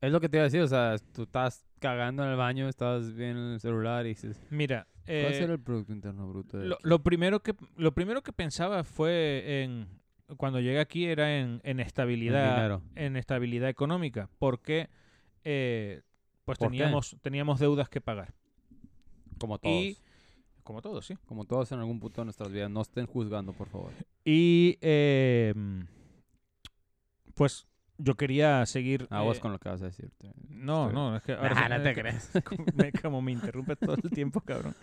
[SPEAKER 1] Es lo que te iba a decir, o sea, tú estás cagando en el baño, estás viendo el celular y dices.
[SPEAKER 2] Mira,
[SPEAKER 1] ¿Cuál
[SPEAKER 2] eh,
[SPEAKER 1] será el Producto Interno Bruto? de
[SPEAKER 2] Lo,
[SPEAKER 1] aquí?
[SPEAKER 2] lo primero que, lo primero que pensaba fue en cuando llegué aquí era en, en
[SPEAKER 1] El
[SPEAKER 2] estabilidad
[SPEAKER 1] dinero.
[SPEAKER 2] en estabilidad económica porque eh, pues
[SPEAKER 1] ¿Por qué?
[SPEAKER 2] teníamos teníamos deudas que pagar
[SPEAKER 1] Como todos.
[SPEAKER 2] y como todos sí
[SPEAKER 1] Como todos en algún punto de nuestras vidas. No estén juzgando, por favor.
[SPEAKER 2] y eh, pues yo quería seguir
[SPEAKER 1] Aguas
[SPEAKER 2] eh,
[SPEAKER 1] con lo que vas a decir. te-
[SPEAKER 2] no
[SPEAKER 1] estoy-
[SPEAKER 2] no es que ahora
[SPEAKER 1] Nah,
[SPEAKER 2] sí-
[SPEAKER 1] no te
[SPEAKER 2] es que-
[SPEAKER 1] creas.
[SPEAKER 2] me- como me interrumpes todo el tiempo cabrón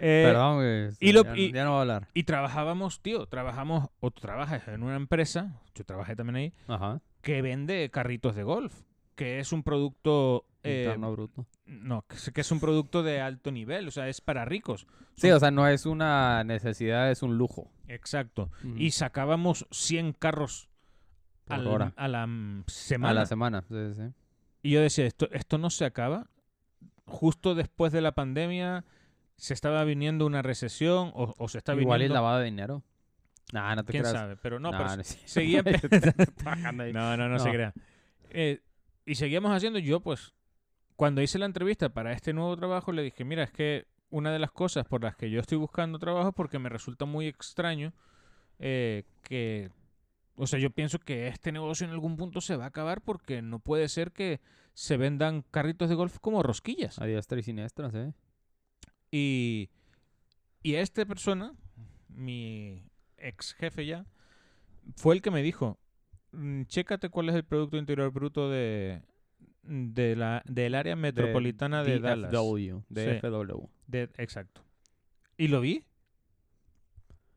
[SPEAKER 2] Eh,
[SPEAKER 1] Perdón, güey. este,
[SPEAKER 2] y lo-
[SPEAKER 1] ya,
[SPEAKER 2] y-
[SPEAKER 1] ya no voy a hablar.
[SPEAKER 2] y trabajábamos tío trabajamos o tú trabajas en una empresa yo trabajé también ahí
[SPEAKER 1] Ajá.
[SPEAKER 2] que vende carritos de golf, que es un producto... eh,
[SPEAKER 1] Interno bruto.
[SPEAKER 2] no, que es- que es un producto de alto nivel, o sea, es para ricos.
[SPEAKER 1] Sí, o sea, no es una necesidad, es un lujo.
[SPEAKER 2] Exacto. Y sacábamos 100 carros
[SPEAKER 1] Por
[SPEAKER 2] al-
[SPEAKER 1] hora.
[SPEAKER 2] a la mm,
[SPEAKER 1] a
[SPEAKER 2] semana.
[SPEAKER 1] la semana. Sí, sí.
[SPEAKER 2] y yo decía, esto, esto no se acaba. Justo después de la pandemia se estaba viniendo una recesión o, o se está
[SPEAKER 1] Igual es
[SPEAKER 2] viniendo...
[SPEAKER 1] lavado de dinero. Nah, no te
[SPEAKER 2] ¿Quién
[SPEAKER 1] creas.
[SPEAKER 2] sabe? Pero no,
[SPEAKER 1] Nah,
[SPEAKER 2] pero
[SPEAKER 1] no es cierto.
[SPEAKER 2] seguían...
[SPEAKER 1] Trabajando ahí.
[SPEAKER 2] No, no, no, se
[SPEAKER 1] No.
[SPEAKER 2] crea. Eh, y seguíamos haciendo, yo pues, cuando hice la entrevista para este nuevo trabajo, le dije, mira, es que una de las cosas por las que yo estoy buscando trabajo es porque me resulta muy extraño eh, que, o sea, yo pienso que este negocio en algún punto se va a acabar porque no puede ser que se vendan carritos de golf como rosquillas.
[SPEAKER 1] A diestra y siniestra, sí.
[SPEAKER 2] Y, y este esta persona, mi ex jefe ya, fue el que me dijo, mm, chécate cuál es el Producto Interior Bruto de, de la, del área metropolitana Ah, de, Dallas.
[SPEAKER 1] DFW. DFW.
[SPEAKER 2] De- exacto. Y lo vi.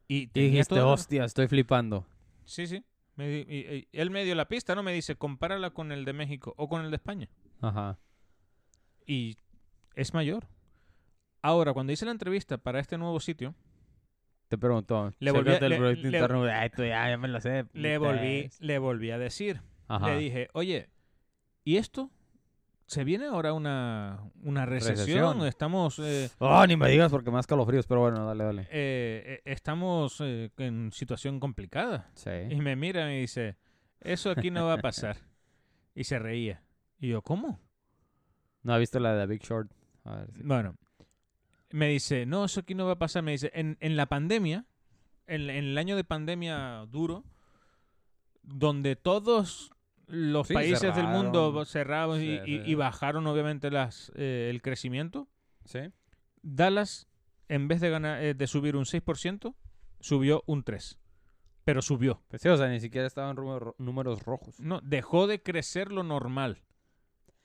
[SPEAKER 2] Y,
[SPEAKER 1] Y
[SPEAKER 2] tenía
[SPEAKER 1] dijiste,
[SPEAKER 2] toda la-
[SPEAKER 1] hostia, estoy flipando.
[SPEAKER 2] Sí, sí. Me di- y- y él me dio la pista, ¿no? Me dice, compárala con el de México o con el de España.
[SPEAKER 1] Ajá.
[SPEAKER 2] Y es mayor. Ahora, cuando hice la entrevista para este nuevo sitio,
[SPEAKER 1] Te preguntó. Le
[SPEAKER 2] Le volví
[SPEAKER 1] volví
[SPEAKER 2] a-
[SPEAKER 1] el
[SPEAKER 2] le-
[SPEAKER 1] proyecto
[SPEAKER 2] le-
[SPEAKER 1] interno. Ay, tú ya, ya me lo sé.
[SPEAKER 2] le
[SPEAKER 1] puta,
[SPEAKER 2] volví,
[SPEAKER 1] es".
[SPEAKER 2] le volví a decir.
[SPEAKER 1] Ajá.
[SPEAKER 2] Le dije, oye, ¿y esto? ¿Se viene ahora una, una recesión?
[SPEAKER 1] Recesión.
[SPEAKER 2] Estamos... eh,
[SPEAKER 1] Oh, ni me digas porque más calofríos, pero bueno, dale, dale.
[SPEAKER 2] eh, eh, estamos eh, en situación complicada.
[SPEAKER 1] Sí.
[SPEAKER 2] Y me mira y me dice, eso aquí no va a pasar. y se reía. Y yo, ¿cómo?
[SPEAKER 1] No, ¿viste la de The Big Short? A ver, sí.
[SPEAKER 2] Bueno, me dice, no, eso aquí no va a pasar. Me dice, en, en la pandemia, en, en el año de pandemia duro, donde todos los
[SPEAKER 1] Sí,
[SPEAKER 2] países del mundo
[SPEAKER 1] cerraron.
[SPEAKER 2] cerraron y,
[SPEAKER 1] Sí,
[SPEAKER 2] y-
[SPEAKER 1] sí.
[SPEAKER 2] y bajaron obviamente las, eh, el crecimiento,
[SPEAKER 1] ¿Sí?
[SPEAKER 2] Dallas, en vez de, ganar, eh, de subir un 6%, subió un 3%. Pero subió.
[SPEAKER 1] Pues sí, o sea, ni siquiera estaban rumor- números rojos.
[SPEAKER 2] No, dejó de crecer lo normal.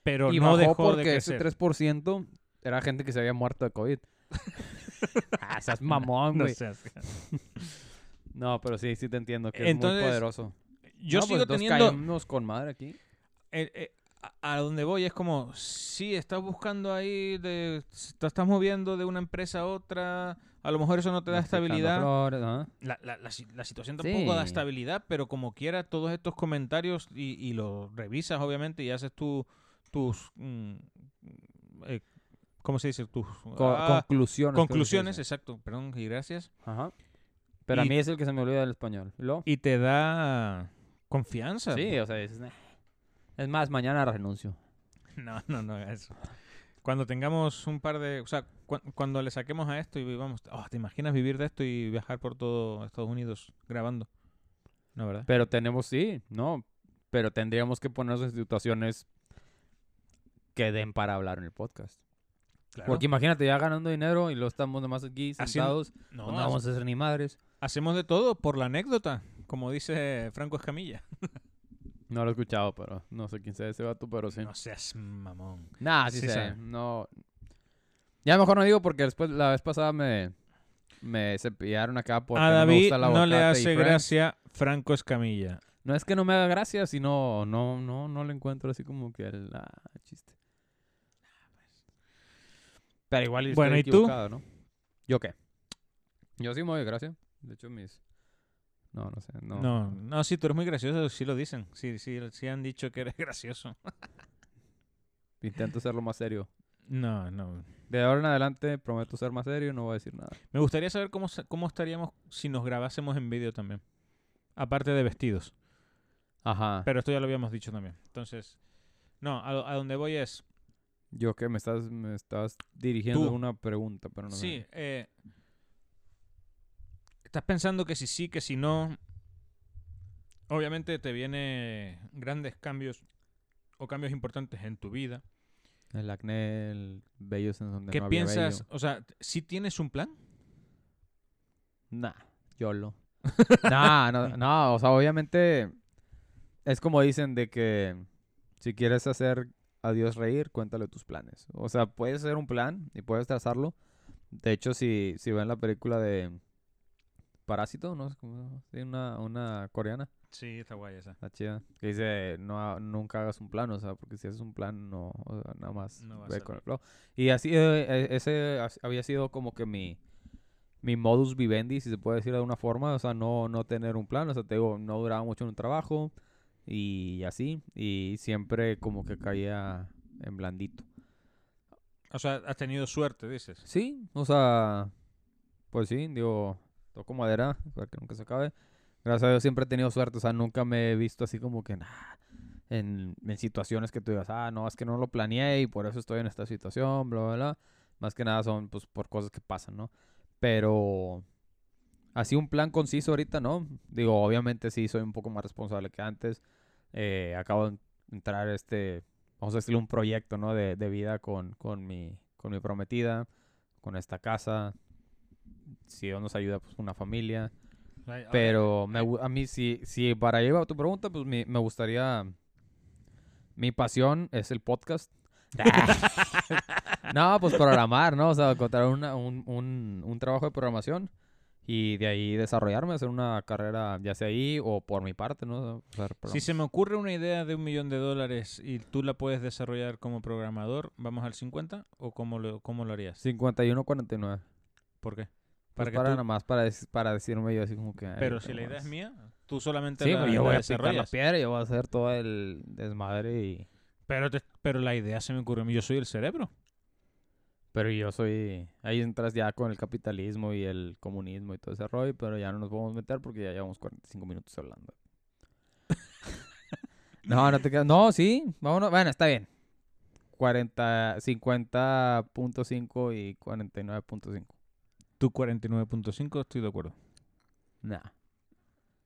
[SPEAKER 2] Pero
[SPEAKER 1] y
[SPEAKER 2] no
[SPEAKER 1] bajó
[SPEAKER 2] dejó
[SPEAKER 1] porque
[SPEAKER 2] de
[SPEAKER 1] ese
[SPEAKER 2] crecer.
[SPEAKER 1] 3% era gente que se había muerto de COVID. ah, seas mamón,
[SPEAKER 2] No
[SPEAKER 1] güey.
[SPEAKER 2] seas-
[SPEAKER 1] No, pero sí, sí te entiendo que
[SPEAKER 2] Entonces,
[SPEAKER 1] es muy poderoso. No,
[SPEAKER 2] Yo
[SPEAKER 1] pues
[SPEAKER 2] sigo
[SPEAKER 1] entonces
[SPEAKER 2] teniendo.
[SPEAKER 1] caemos con madre aquí.
[SPEAKER 2] eh, eh, a, a donde voy es como. Sí, estás buscando ahí. De, te estás moviendo de una empresa a otra. A lo mejor eso no te da
[SPEAKER 1] Nos picando
[SPEAKER 2] estabilidad.
[SPEAKER 1] flores, ajá.
[SPEAKER 2] La, la- la si- la situación tampoco da
[SPEAKER 1] Sí.
[SPEAKER 2] estabilidad, pero como quiera, todos estos comentarios y, y los revisas, obviamente, y haces tu, tus. mm, eh, ¿Cómo se dice? Tus.
[SPEAKER 1] Co-
[SPEAKER 2] ah,
[SPEAKER 1] conclusiones. creo que se
[SPEAKER 2] conclusiones,
[SPEAKER 1] dice.
[SPEAKER 2] exacto. Perdón y gracias.
[SPEAKER 1] Ajá. Pero a
[SPEAKER 2] Y-
[SPEAKER 1] mí es el que se me olvida del español. ¿Y luego?
[SPEAKER 2] y te da confianza.
[SPEAKER 1] Sí, o sea, dices, "Nah". es más, mañana renuncio.
[SPEAKER 2] No, no, no, eso. Cuando tengamos un par de... O sea, cu- cuando le saquemos a esto y vivamos... Oh, ¿Te imaginas vivir de esto y viajar por todo Estados Unidos grabando? No, ¿verdad?
[SPEAKER 1] Pero tenemos, sí, no. Pero tendríamos que ponernos en situaciones que den para hablar en el podcast.
[SPEAKER 2] Claro.
[SPEAKER 1] Porque imagínate, ya ganando dinero y lo estamos nomás aquí
[SPEAKER 2] Haciendo-
[SPEAKER 1] sentados.
[SPEAKER 2] No,
[SPEAKER 1] pues no vamos a hacer ni madres.
[SPEAKER 2] ha- hacemos de todo por la anécdota, como dice Franco Escamilla.
[SPEAKER 1] No lo he escuchado, pero no sé quién sea ese vato, pero sí.
[SPEAKER 2] No seas mamón.
[SPEAKER 1] Nah, sí,
[SPEAKER 2] Sí
[SPEAKER 1] sé,
[SPEAKER 2] sabe.
[SPEAKER 1] No. Ya mejor no digo porque después la vez pasada me, me cepillaron acá porque
[SPEAKER 2] a
[SPEAKER 1] no me
[SPEAKER 2] David
[SPEAKER 1] gusta la
[SPEAKER 2] no
[SPEAKER 1] aguacate
[SPEAKER 2] le
[SPEAKER 1] y
[SPEAKER 2] hace
[SPEAKER 1] Friends.
[SPEAKER 2] gracia Franco Escamilla.
[SPEAKER 1] No es que no me haga gracia, sino no, no, no le encuentro así como que el ah, chiste. Pero igual estoy
[SPEAKER 2] Bueno, ¿y tú?
[SPEAKER 1] equivocado, ¿no? ¿Yo qué? Yo sí me doy gracia. De hecho, mis... No, no sé. No.
[SPEAKER 2] No, no, sí, tú eres muy gracioso, sí lo dicen. Sí, sí, sí han dicho que eres gracioso.
[SPEAKER 1] Intento serlo más serio.
[SPEAKER 2] No, no,
[SPEAKER 1] De ahora en adelante prometo ser más serio y no voy a decir nada.
[SPEAKER 2] Me gustaría saber cómo, sa- cómo estaríamos si nos grabásemos en vídeo también. Aparte de vestidos.
[SPEAKER 1] Ajá.
[SPEAKER 2] Pero esto ya lo habíamos dicho también. Entonces, no, a, do- a donde voy es.
[SPEAKER 1] Yo que me estás, me estás dirigiendo
[SPEAKER 2] Tú.
[SPEAKER 1] una pregunta, pero no sé.
[SPEAKER 2] sí, eh, estás pensando que si sí, que si no. Obviamente te vienen grandes cambios o cambios importantes en tu vida.
[SPEAKER 1] El acné, el vellos en donde
[SPEAKER 2] ¿Qué
[SPEAKER 1] no había
[SPEAKER 2] piensas?
[SPEAKER 1] vello.
[SPEAKER 2] O sea, ¿sí tienes un plan?
[SPEAKER 1] Nah, yolo. nah, no, no, o sea, obviamente es como dicen de que si quieres hacer a Dios reír, cuéntale tus planes. O sea, puedes hacer un plan y puedes trazarlo. De hecho, si, si ven la película de Parásito, ¿no? Es como- sí, una, una coreana,
[SPEAKER 2] Sí, está guay esa.
[SPEAKER 1] la chida, que dice, no, ha- nunca hagas un plan, o sea, porque si haces un plan, no, o sea, nada más
[SPEAKER 2] No va a
[SPEAKER 1] ve con
[SPEAKER 2] salir.
[SPEAKER 1] el flow. Y así, eh, eh, ese as- había sido como que mi, mi modus vivendi, si se puede decir de alguna forma, o sea, no, no tener un plan, o sea, te digo, no duraba mucho en un trabajo y así, y siempre como que caía en blandito.
[SPEAKER 2] O sea, has tenido suerte, dices.
[SPEAKER 1] Sí, o sea, pues sí, digo, toco madera para que nunca se acabe. Gracias a Dios siempre he tenido suerte, o sea, nunca me he visto así como que nah, en, en situaciones que tú digas, ah, no, es que no lo planeé y por eso estoy en esta situación, bla, bla, bla. Más que nada son, pues, por cosas que pasan, ¿no? Pero así un plan conciso ahorita, ¿no? Digo, obviamente sí, soy un poco más responsable que antes. Eh, acabo de entrar este, vamos a decirle un proyecto, ¿no? De, de vida con, con, mi, con mi prometida, con esta casa. Si Dios nos ayuda, pues una familia.
[SPEAKER 2] Ay, ahora-
[SPEAKER 1] Pero me gu- a mí, si, si para llevar tu pregunta, pues mi- me gustaría. Mi pasión es el podcast. no, pues programar, ¿no? O sea, encontrar una- un, un- un trabajo de programación y de ahí desarrollarme, hacer una carrera, ya sea ahí o por mi parte, ¿no? O sea,
[SPEAKER 2] Si
[SPEAKER 1] program-
[SPEAKER 2] se me ocurre una idea de un millón de dólares y tú la puedes desarrollar como programador, ¿vamos al 50 o cómo lo, cómo lo harías?
[SPEAKER 1] 51-49.
[SPEAKER 2] ¿Por qué?
[SPEAKER 1] Para,
[SPEAKER 2] que
[SPEAKER 1] Pues para
[SPEAKER 2] tú-
[SPEAKER 1] nada más, para, dec- para decirme yo así como que... "Ay,
[SPEAKER 2] Pero
[SPEAKER 1] no
[SPEAKER 2] si la idea es
[SPEAKER 1] más".
[SPEAKER 2] mía, tú solamente
[SPEAKER 1] Sí,
[SPEAKER 2] la,
[SPEAKER 1] pero yo
[SPEAKER 2] la
[SPEAKER 1] voy a picar la
[SPEAKER 2] desarrollas.
[SPEAKER 1] piedra, yo voy a hacer todo el desmadre y...
[SPEAKER 2] Pero, te- pero la idea se me ocurrió a mí. Yo soy el cerebro.
[SPEAKER 1] Pero yo soy... Ahí entras ya con el capitalismo y el comunismo y todo ese rollo, pero ya no nos podemos meter porque ya llevamos 45 minutos hablando. no, no te quedas... No, sí, vámonos. Bueno, está bien. 40, 50.5 y 49.5.
[SPEAKER 2] Tú 49.5, estoy de acuerdo.
[SPEAKER 1] Nah.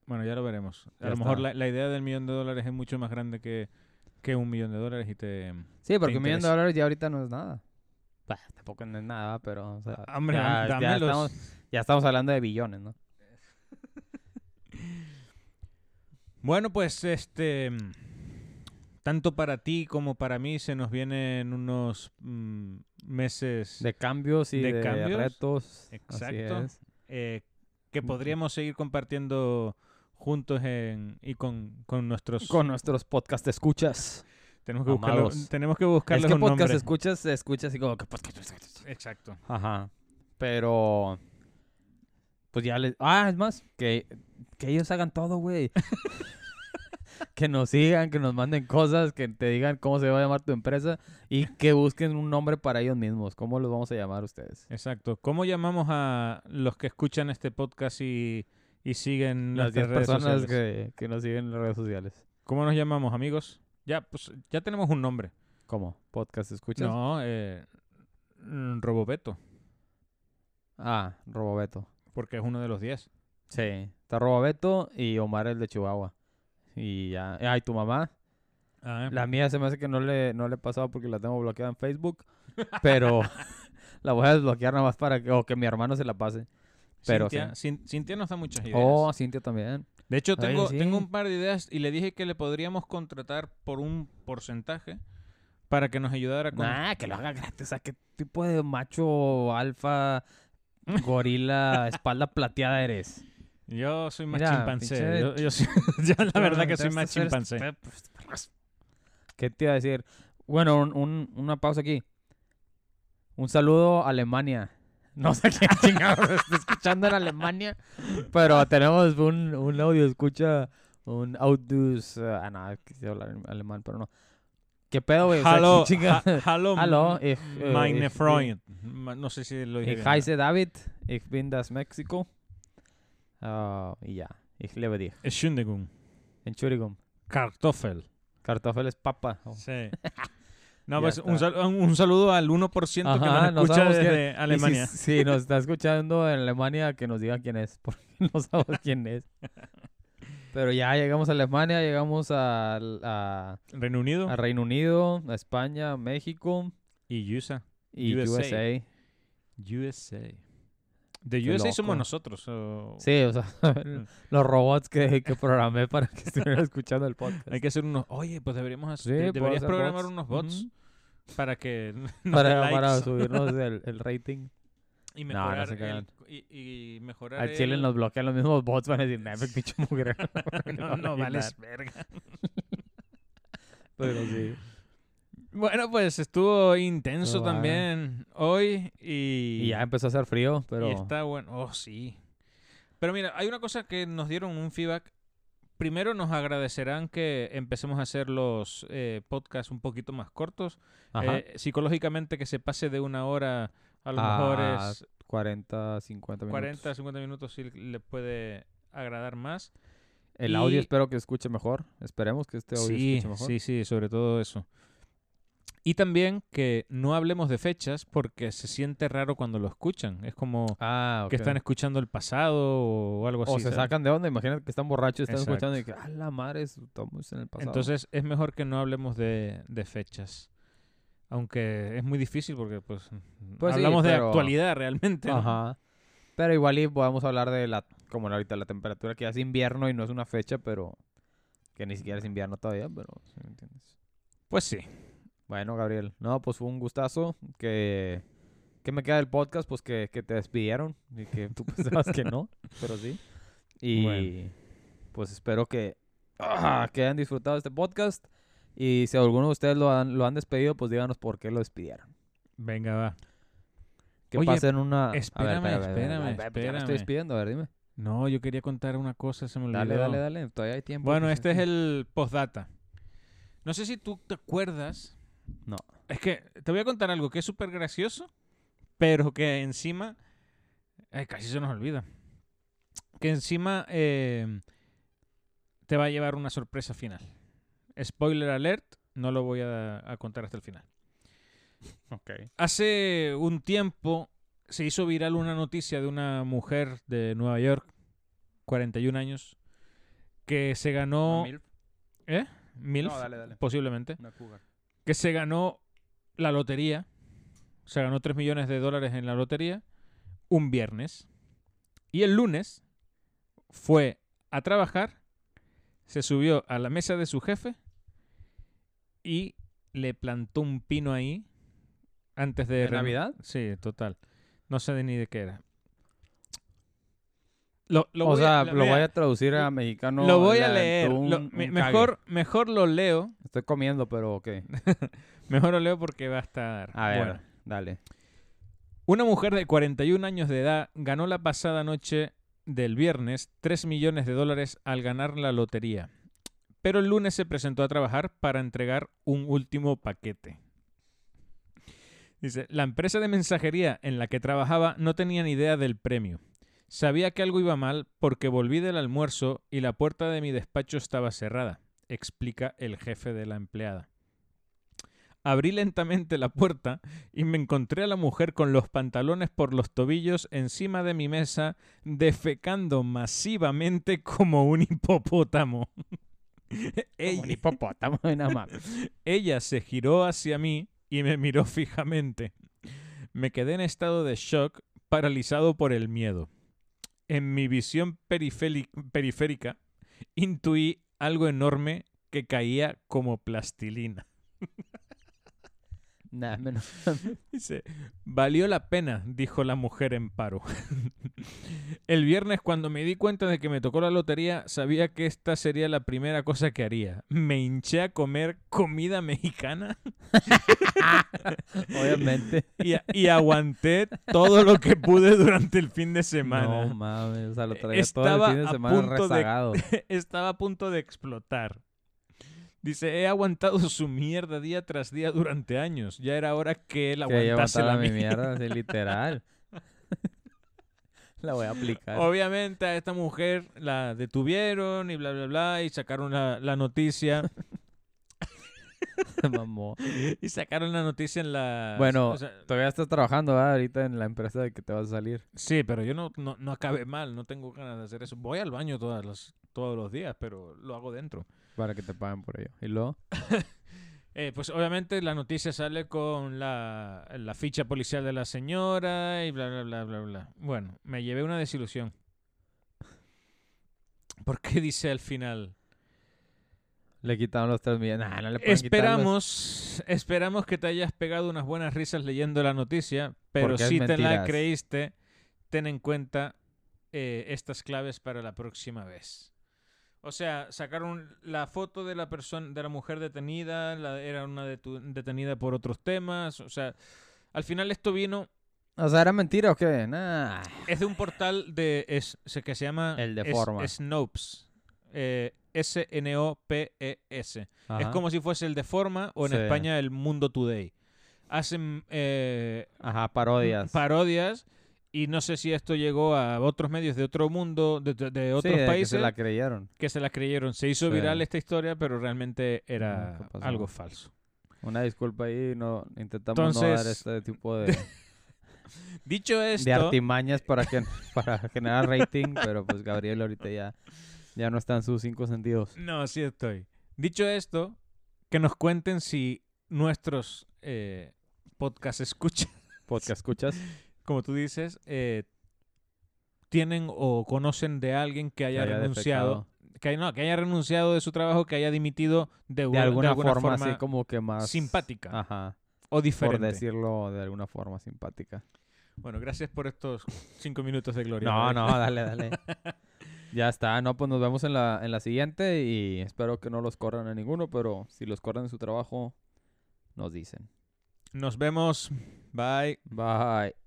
[SPEAKER 2] Bueno, ya lo veremos. A
[SPEAKER 1] Ya
[SPEAKER 2] lo mejor
[SPEAKER 1] está.
[SPEAKER 2] la, la idea del millón de dólares es mucho más grande que, que un millón de dólares y te...
[SPEAKER 1] Sí, porque un millón de
[SPEAKER 2] interesa.
[SPEAKER 1] dólares ya ahorita no es nada. Bah, tampoco no es nada, pero... o sea,
[SPEAKER 2] Hombre,
[SPEAKER 1] ya- ya
[SPEAKER 2] dámelos.
[SPEAKER 1] estamos- Ya estamos hablando de billones, ¿no?
[SPEAKER 2] Bueno, pues este. Tanto para ti como para mí se nos vienen unos mm, meses
[SPEAKER 1] De cambios y de,
[SPEAKER 2] De cambios.
[SPEAKER 1] retos. así
[SPEAKER 2] Exacto.
[SPEAKER 1] es.
[SPEAKER 2] eh, que
[SPEAKER 1] Ujú.
[SPEAKER 2] podríamos seguir compartiendo juntos en- y con, con nuestros.
[SPEAKER 1] Con nuestros podcast escuchas.
[SPEAKER 2] tenemos que buscarlo-
[SPEAKER 1] amados.
[SPEAKER 2] Tenemos que
[SPEAKER 1] Es
[SPEAKER 2] buscarles
[SPEAKER 1] que
[SPEAKER 2] un
[SPEAKER 1] podcast
[SPEAKER 2] nombre.
[SPEAKER 1] escuchas se escucha así como que podcast.
[SPEAKER 2] Exacto.
[SPEAKER 1] Ajá. Pero. Pues ya les. Ah, es más, que, que ellos hagan todo, güey. que nos sigan, que nos manden cosas, que te digan cómo se va a llamar tu empresa y que busquen un nombre para ellos mismos. ¿Cómo los vamos a llamar ustedes?
[SPEAKER 2] Exacto. ¿Cómo llamamos a los que escuchan este podcast y, y siguen
[SPEAKER 1] Las 10
[SPEAKER 2] nuestras redes
[SPEAKER 1] personas
[SPEAKER 2] sociales?
[SPEAKER 1] que, que nos siguen en las redes sociales.
[SPEAKER 2] ¿Cómo nos llamamos, amigos? Ya, pues, ya tenemos un nombre.
[SPEAKER 1] ¿Cómo? ¿Podcast escuchas?
[SPEAKER 2] No, eh, mm, Robobeto,
[SPEAKER 1] Ah, Robobeto.
[SPEAKER 2] porque es uno de los 10.
[SPEAKER 1] Sí, está Robobeto y Omar el de Chihuahua. Y ya, ay, tu mamá.
[SPEAKER 2] Ah,
[SPEAKER 1] La mía se me hace que no le, no le he pasado porque la tengo bloqueada en Facebook, pero la voy a desbloquear nada más para que, o que mi hermano se la pase. Pero sí.
[SPEAKER 2] Cintia, Cin- Cintia nos da muchas ideas.
[SPEAKER 1] Oh, Cintia también.
[SPEAKER 2] de hecho,
[SPEAKER 1] oye,
[SPEAKER 2] tengo,
[SPEAKER 1] sí.
[SPEAKER 2] tengo un par de ideas y le dije que le podríamos contratar por un porcentaje para que nos ayudara con...
[SPEAKER 1] Nah, que lo haga gratis. O sea, ¿qué tipo de macho alfa, gorila, espalda plateada eres?
[SPEAKER 2] Yo soy más
[SPEAKER 1] Mira,
[SPEAKER 2] chimpancé.
[SPEAKER 1] pinche-
[SPEAKER 2] Yo, yo soy- yo la verdad que soy
[SPEAKER 1] Entonces, eres-
[SPEAKER 2] más chimpancé.
[SPEAKER 1] ¿Qué te iba a decir? Bueno, un- un- una pausa aquí. Un saludo a Alemania. No sé qué chingados está escuchando en Alemania, pero tenemos un, un audio, escucha un Audius. eh, ah, no, quise hablar en alemán, pero no. ¿Qué pedo, güey? O sea,
[SPEAKER 2] Hallo,
[SPEAKER 1] ¿qué chinga-
[SPEAKER 2] ha- hallo,
[SPEAKER 1] Hallo,
[SPEAKER 2] m-
[SPEAKER 1] ich, eh,
[SPEAKER 2] meine
[SPEAKER 1] ich bin-
[SPEAKER 2] Freund. Ma- No sé si lo dije
[SPEAKER 1] Ich
[SPEAKER 2] bien.
[SPEAKER 1] heiße David, ich bin das México. Ah, y ya, ich lebe dich.
[SPEAKER 2] Entschuldigung.
[SPEAKER 1] Entschuldigung.
[SPEAKER 2] Kartoffel.
[SPEAKER 1] Kartoffel es papa. Oh.
[SPEAKER 2] Sí. No,
[SPEAKER 1] Ya
[SPEAKER 2] pues un
[SPEAKER 1] está.
[SPEAKER 2] saludo, un saludo al 1% que
[SPEAKER 1] Ajá, no
[SPEAKER 2] nos escucha
[SPEAKER 1] sabemos
[SPEAKER 2] desde
[SPEAKER 1] quién- Y si-
[SPEAKER 2] Alemania.
[SPEAKER 1] Si, nos está escuchando en Alemania, que nos diga quién es, porque no sabemos quién es. Pero ya llegamos a Alemania, llegamos al- a,
[SPEAKER 2] Reino Unido
[SPEAKER 1] a Reino Unido, a España, México
[SPEAKER 2] y USA.
[SPEAKER 1] y
[SPEAKER 2] USA.
[SPEAKER 1] USA.
[SPEAKER 2] USA. De
[SPEAKER 1] Qué
[SPEAKER 2] USA somos
[SPEAKER 1] loco.
[SPEAKER 2] nosotros. o-
[SPEAKER 1] Sí, o sea, los robots que, que programé para que estuvieran escuchando el podcast.
[SPEAKER 2] Hay que hacer unos. Oye, pues deberíamos
[SPEAKER 1] Sí, puedo
[SPEAKER 2] hacer. deberías
[SPEAKER 1] hacer
[SPEAKER 2] programar
[SPEAKER 1] bots.
[SPEAKER 2] unos bots
[SPEAKER 1] Ujú.
[SPEAKER 2] para que. nos dé
[SPEAKER 1] para,
[SPEAKER 2] likes
[SPEAKER 1] para subirnos el, el rating.
[SPEAKER 2] Y
[SPEAKER 1] No, no
[SPEAKER 2] mejorar.
[SPEAKER 1] se crean.
[SPEAKER 2] el- y, y mejorar.
[SPEAKER 1] Al Chile
[SPEAKER 2] el-
[SPEAKER 1] nos bloquean los mismos bots, van a decir, "Nah, pues, pinche mugrero".
[SPEAKER 2] no, no
[SPEAKER 1] vale
[SPEAKER 2] vales verga.
[SPEAKER 1] Pero sí.
[SPEAKER 2] Bueno, pues estuvo intenso
[SPEAKER 1] Pero va.
[SPEAKER 2] también hoy y.
[SPEAKER 1] Y ya empezó a hacer frío, pero...
[SPEAKER 2] Y está bueno. Oh, sí. Pero mira, hay una cosa que nos dieron un feedback. Primero nos agradecerán que empecemos a hacer los eh, podcasts un poquito más cortos.
[SPEAKER 1] Ajá.
[SPEAKER 2] Eh, psicológicamente que se pase de una hora a lo
[SPEAKER 1] Ah,
[SPEAKER 2] mejor es
[SPEAKER 1] 40, 50 minutos.
[SPEAKER 2] 40, 50 minutos si le puede agradar más.
[SPEAKER 1] El audio
[SPEAKER 2] Y-
[SPEAKER 1] espero que escuche mejor. Esperemos que este audio
[SPEAKER 2] Sí,
[SPEAKER 1] escuche mejor.
[SPEAKER 2] sí, sí, sobre todo eso. Y también que no hablemos de fechas porque se siente raro cuando lo escuchan. Es como
[SPEAKER 1] Ah,
[SPEAKER 2] que
[SPEAKER 1] ok.
[SPEAKER 2] están escuchando el pasado o algo así.
[SPEAKER 1] O se
[SPEAKER 2] ¿sabes?
[SPEAKER 1] sacan de onda. Imagínate que están borrachos, están
[SPEAKER 2] Exacto.
[SPEAKER 1] escuchando y que, ah, la madre, estamos en el pasado.
[SPEAKER 2] Entonces es mejor que no hablemos de, de fechas. Aunque es muy difícil porque pues,
[SPEAKER 1] Pues sí,
[SPEAKER 2] hablamos de
[SPEAKER 1] pero-
[SPEAKER 2] actualidad realmente. ¿no?
[SPEAKER 1] Ajá. Pero igual y podemos hablar de la, como ahorita, la temperatura que ya es invierno y no es una fecha, pero que ni siquiera es invierno todavía, pero sí me entiendes.
[SPEAKER 2] Pues sí.
[SPEAKER 1] Bueno, Gabriel, no, pues fue un gustazo que... ¿Qué me queda del podcast? Pues que, que te despidieron y que tú pensabas que no, pero sí. Y
[SPEAKER 2] Bueno.
[SPEAKER 1] pues espero que, ah, que hayan disfrutado este podcast. Y si alguno de ustedes lo han, lo han despedido, pues díganos por qué lo despidieron.
[SPEAKER 2] Venga, va.
[SPEAKER 1] Que
[SPEAKER 2] Oye,
[SPEAKER 1] pasen una... a ver,
[SPEAKER 2] espérame,
[SPEAKER 1] ¿por
[SPEAKER 2] espérame,
[SPEAKER 1] qué me estoy
[SPEAKER 2] espérame.
[SPEAKER 1] despidiendo, a ver, dime.
[SPEAKER 2] No, yo quería contar una cosa, se me olvidó.
[SPEAKER 1] Dale, dale, dale, todavía hay tiempo.
[SPEAKER 2] Bueno,
[SPEAKER 1] pues,
[SPEAKER 2] este es
[SPEAKER 1] sí.
[SPEAKER 2] el postdata. No sé si tú te acuerdas.
[SPEAKER 1] No.
[SPEAKER 2] Es que te voy a contar algo que es súper gracioso, pero que encima. ay, casi se nos olvida. Que encima eh, te va a llevar una sorpresa final. Spoiler alert, no lo voy a, a contar hasta el final. Hace un tiempo se hizo viral una noticia de una mujer de Nueva York, 41 años, que se ganó. Milf,
[SPEAKER 1] Ah, No, dale, dale.
[SPEAKER 2] posiblemente, que se ganó la lotería. Se ganó 3 millones de dólares en la lotería un viernes. Y el lunes fue a trabajar, se subió a la mesa de su jefe y le plantó un pino ahí antes de...
[SPEAKER 1] ¿De
[SPEAKER 2] rem-
[SPEAKER 1] Navidad?
[SPEAKER 2] Sí, total. No sé ni de qué era. Lo, lo
[SPEAKER 1] o
[SPEAKER 2] voy
[SPEAKER 1] sea,
[SPEAKER 2] a,
[SPEAKER 1] lo voy
[SPEAKER 2] mira,
[SPEAKER 1] a traducir a mexicano.
[SPEAKER 2] lo voy a
[SPEAKER 1] le
[SPEAKER 2] leer.
[SPEAKER 1] aventó
[SPEAKER 2] Lo-
[SPEAKER 1] un-
[SPEAKER 2] me-
[SPEAKER 1] un cague.
[SPEAKER 2] mejor, mejor lo leo
[SPEAKER 1] Estoy comiendo, pero ok.
[SPEAKER 2] Mejor lo leo porque va a estar.
[SPEAKER 1] A ver,
[SPEAKER 2] bueno.
[SPEAKER 1] dale.
[SPEAKER 2] Una mujer de 41 años de edad ganó la pasada noche del viernes 3 millones de dólares al ganar la lotería. Pero el lunes se presentó a trabajar para entregar un último paquete. Dice, la empresa de mensajería en la que trabajaba no tenía ni idea del premio. Sabía que algo iba mal porque volví del almuerzo y la puerta de mi despacho estaba cerrada, explica el jefe de la empleada. Abrí lentamente la puerta y me encontré a la mujer con los pantalones por los tobillos encima de mi mesa, defecando masivamente como un hipopótamo.
[SPEAKER 1] Como un
[SPEAKER 2] Ella-
[SPEAKER 1] hipopótamo, nada más.
[SPEAKER 2] ella se giró hacia mí y me miró fijamente. Me quedé en estado de shock, paralizado por el miedo. En mi visión periféli- periférica, intuí algo enorme que caía como plastilina.
[SPEAKER 1] Nada menos.
[SPEAKER 2] Dice, valió la pena, dijo la mujer en paro. El viernes cuando me di cuenta de que me tocó la lotería, sabía que esta sería la primera cosa que haría. Me hinché a comer comida mexicana
[SPEAKER 1] Obviamente.
[SPEAKER 2] y, y aguanté todo lo que pude durante el fin de semana.
[SPEAKER 1] No mames, o sea, lo traía todo
[SPEAKER 2] Estaba
[SPEAKER 1] el fin de
[SPEAKER 2] a
[SPEAKER 1] semana
[SPEAKER 2] punto de-
[SPEAKER 1] rezagado.
[SPEAKER 2] Estaba a punto de explotar. Dice, he aguantado su mierda día tras día durante años. Ya era hora que él
[SPEAKER 1] Que yo
[SPEAKER 2] aguantase
[SPEAKER 1] mataba
[SPEAKER 2] la
[SPEAKER 1] mi
[SPEAKER 2] mía.
[SPEAKER 1] mierda, así literal. la voy a aplicar.
[SPEAKER 2] Obviamente a esta mujer la detuvieron y bla, bla, bla, y sacaron la, la noticia.
[SPEAKER 1] Mamó.
[SPEAKER 2] y sacaron la noticia en la...
[SPEAKER 1] Bueno,
[SPEAKER 2] o sea,
[SPEAKER 1] Todavía estás trabajando, ¿verdad? Ahorita en la empresa de que te vas a salir.
[SPEAKER 2] sí, pero yo no, no, no acabé mal, no tengo ganas de hacer eso. Voy al baño todas las- todos los días, pero lo hago dentro.
[SPEAKER 1] Para que te paguen por ello. Y luego,
[SPEAKER 2] Eh, pues obviamente la noticia sale con la, la ficha policial de la señora y bla, bla, bla, bla, bla. Bueno, me llevé una desilusión. Porque dice al final,
[SPEAKER 1] le quitaron los tres millones. Nah, no le pueden quitar los-
[SPEAKER 2] esperamos, esperamos que te hayas pegado unas buenas risas leyendo la noticia, pero
[SPEAKER 1] Porque es
[SPEAKER 2] si te la
[SPEAKER 1] mentiras.
[SPEAKER 2] creíste, ten en cuenta eh, estas claves para la próxima vez. O sea, sacaron la foto de la persona, de la mujer detenida, la- era una detu- detenida por otros temas, o sea, al final esto vino
[SPEAKER 1] O sea, ¿era mentira o qué? Nah.
[SPEAKER 2] es de un portal de es, se- que se llama
[SPEAKER 1] El de
[SPEAKER 2] S-
[SPEAKER 1] forma.
[SPEAKER 2] Snopes. eh, S-N-O-P-E-S. Es como si fuese el de forma o en
[SPEAKER 1] Sí.
[SPEAKER 2] España el Mundo Today. Hacen eh,
[SPEAKER 1] Ajá, parodias.
[SPEAKER 2] parodias y no sé si esto llegó a otros medios de otro mundo, de, de- de
[SPEAKER 1] Sí,
[SPEAKER 2] otros
[SPEAKER 1] de que
[SPEAKER 2] países,
[SPEAKER 1] se la creyeron.
[SPEAKER 2] las creyeron. Se hizo
[SPEAKER 1] Sí.
[SPEAKER 2] viral esta historia, pero realmente
[SPEAKER 1] Nunca
[SPEAKER 2] era
[SPEAKER 1] pasó.
[SPEAKER 2] algo falso.
[SPEAKER 1] Una disculpa ahí, no intentamos no dar
[SPEAKER 2] Entonces-
[SPEAKER 1] este tipo de,
[SPEAKER 2] Dicho
[SPEAKER 1] de
[SPEAKER 2] esto,
[SPEAKER 1] artimañas para que para generar rating, pero pues Gabriel ahorita ya, ya no está en sus cinco sentidos.
[SPEAKER 2] No, sí estoy. Dicho esto, que nos cuenten si nuestros eh, podcast escucha,
[SPEAKER 1] Podcast escuchas.
[SPEAKER 2] como tú dices, eh, tienen o conocen de alguien que haya,
[SPEAKER 1] haya
[SPEAKER 2] renunciado, que haya, no, que haya renunciado de su trabajo, que haya dimitido de, u-
[SPEAKER 1] De
[SPEAKER 2] de
[SPEAKER 1] alguna, forma, así como que más...
[SPEAKER 2] simpática
[SPEAKER 1] Ajá.
[SPEAKER 2] o
[SPEAKER 1] Por
[SPEAKER 2] diferente.
[SPEAKER 1] decirlo de alguna forma simpática.
[SPEAKER 2] Bueno, gracias por estos cinco minutos de gloria.
[SPEAKER 1] No,
[SPEAKER 2] David.
[SPEAKER 1] no, dale, dale. ya está, no, pues nos vemos en la, en la siguiente y espero que no los corran a ninguno, pero si los corren en su trabajo, nos dicen.
[SPEAKER 2] Nos vemos. Bye.
[SPEAKER 1] Bye.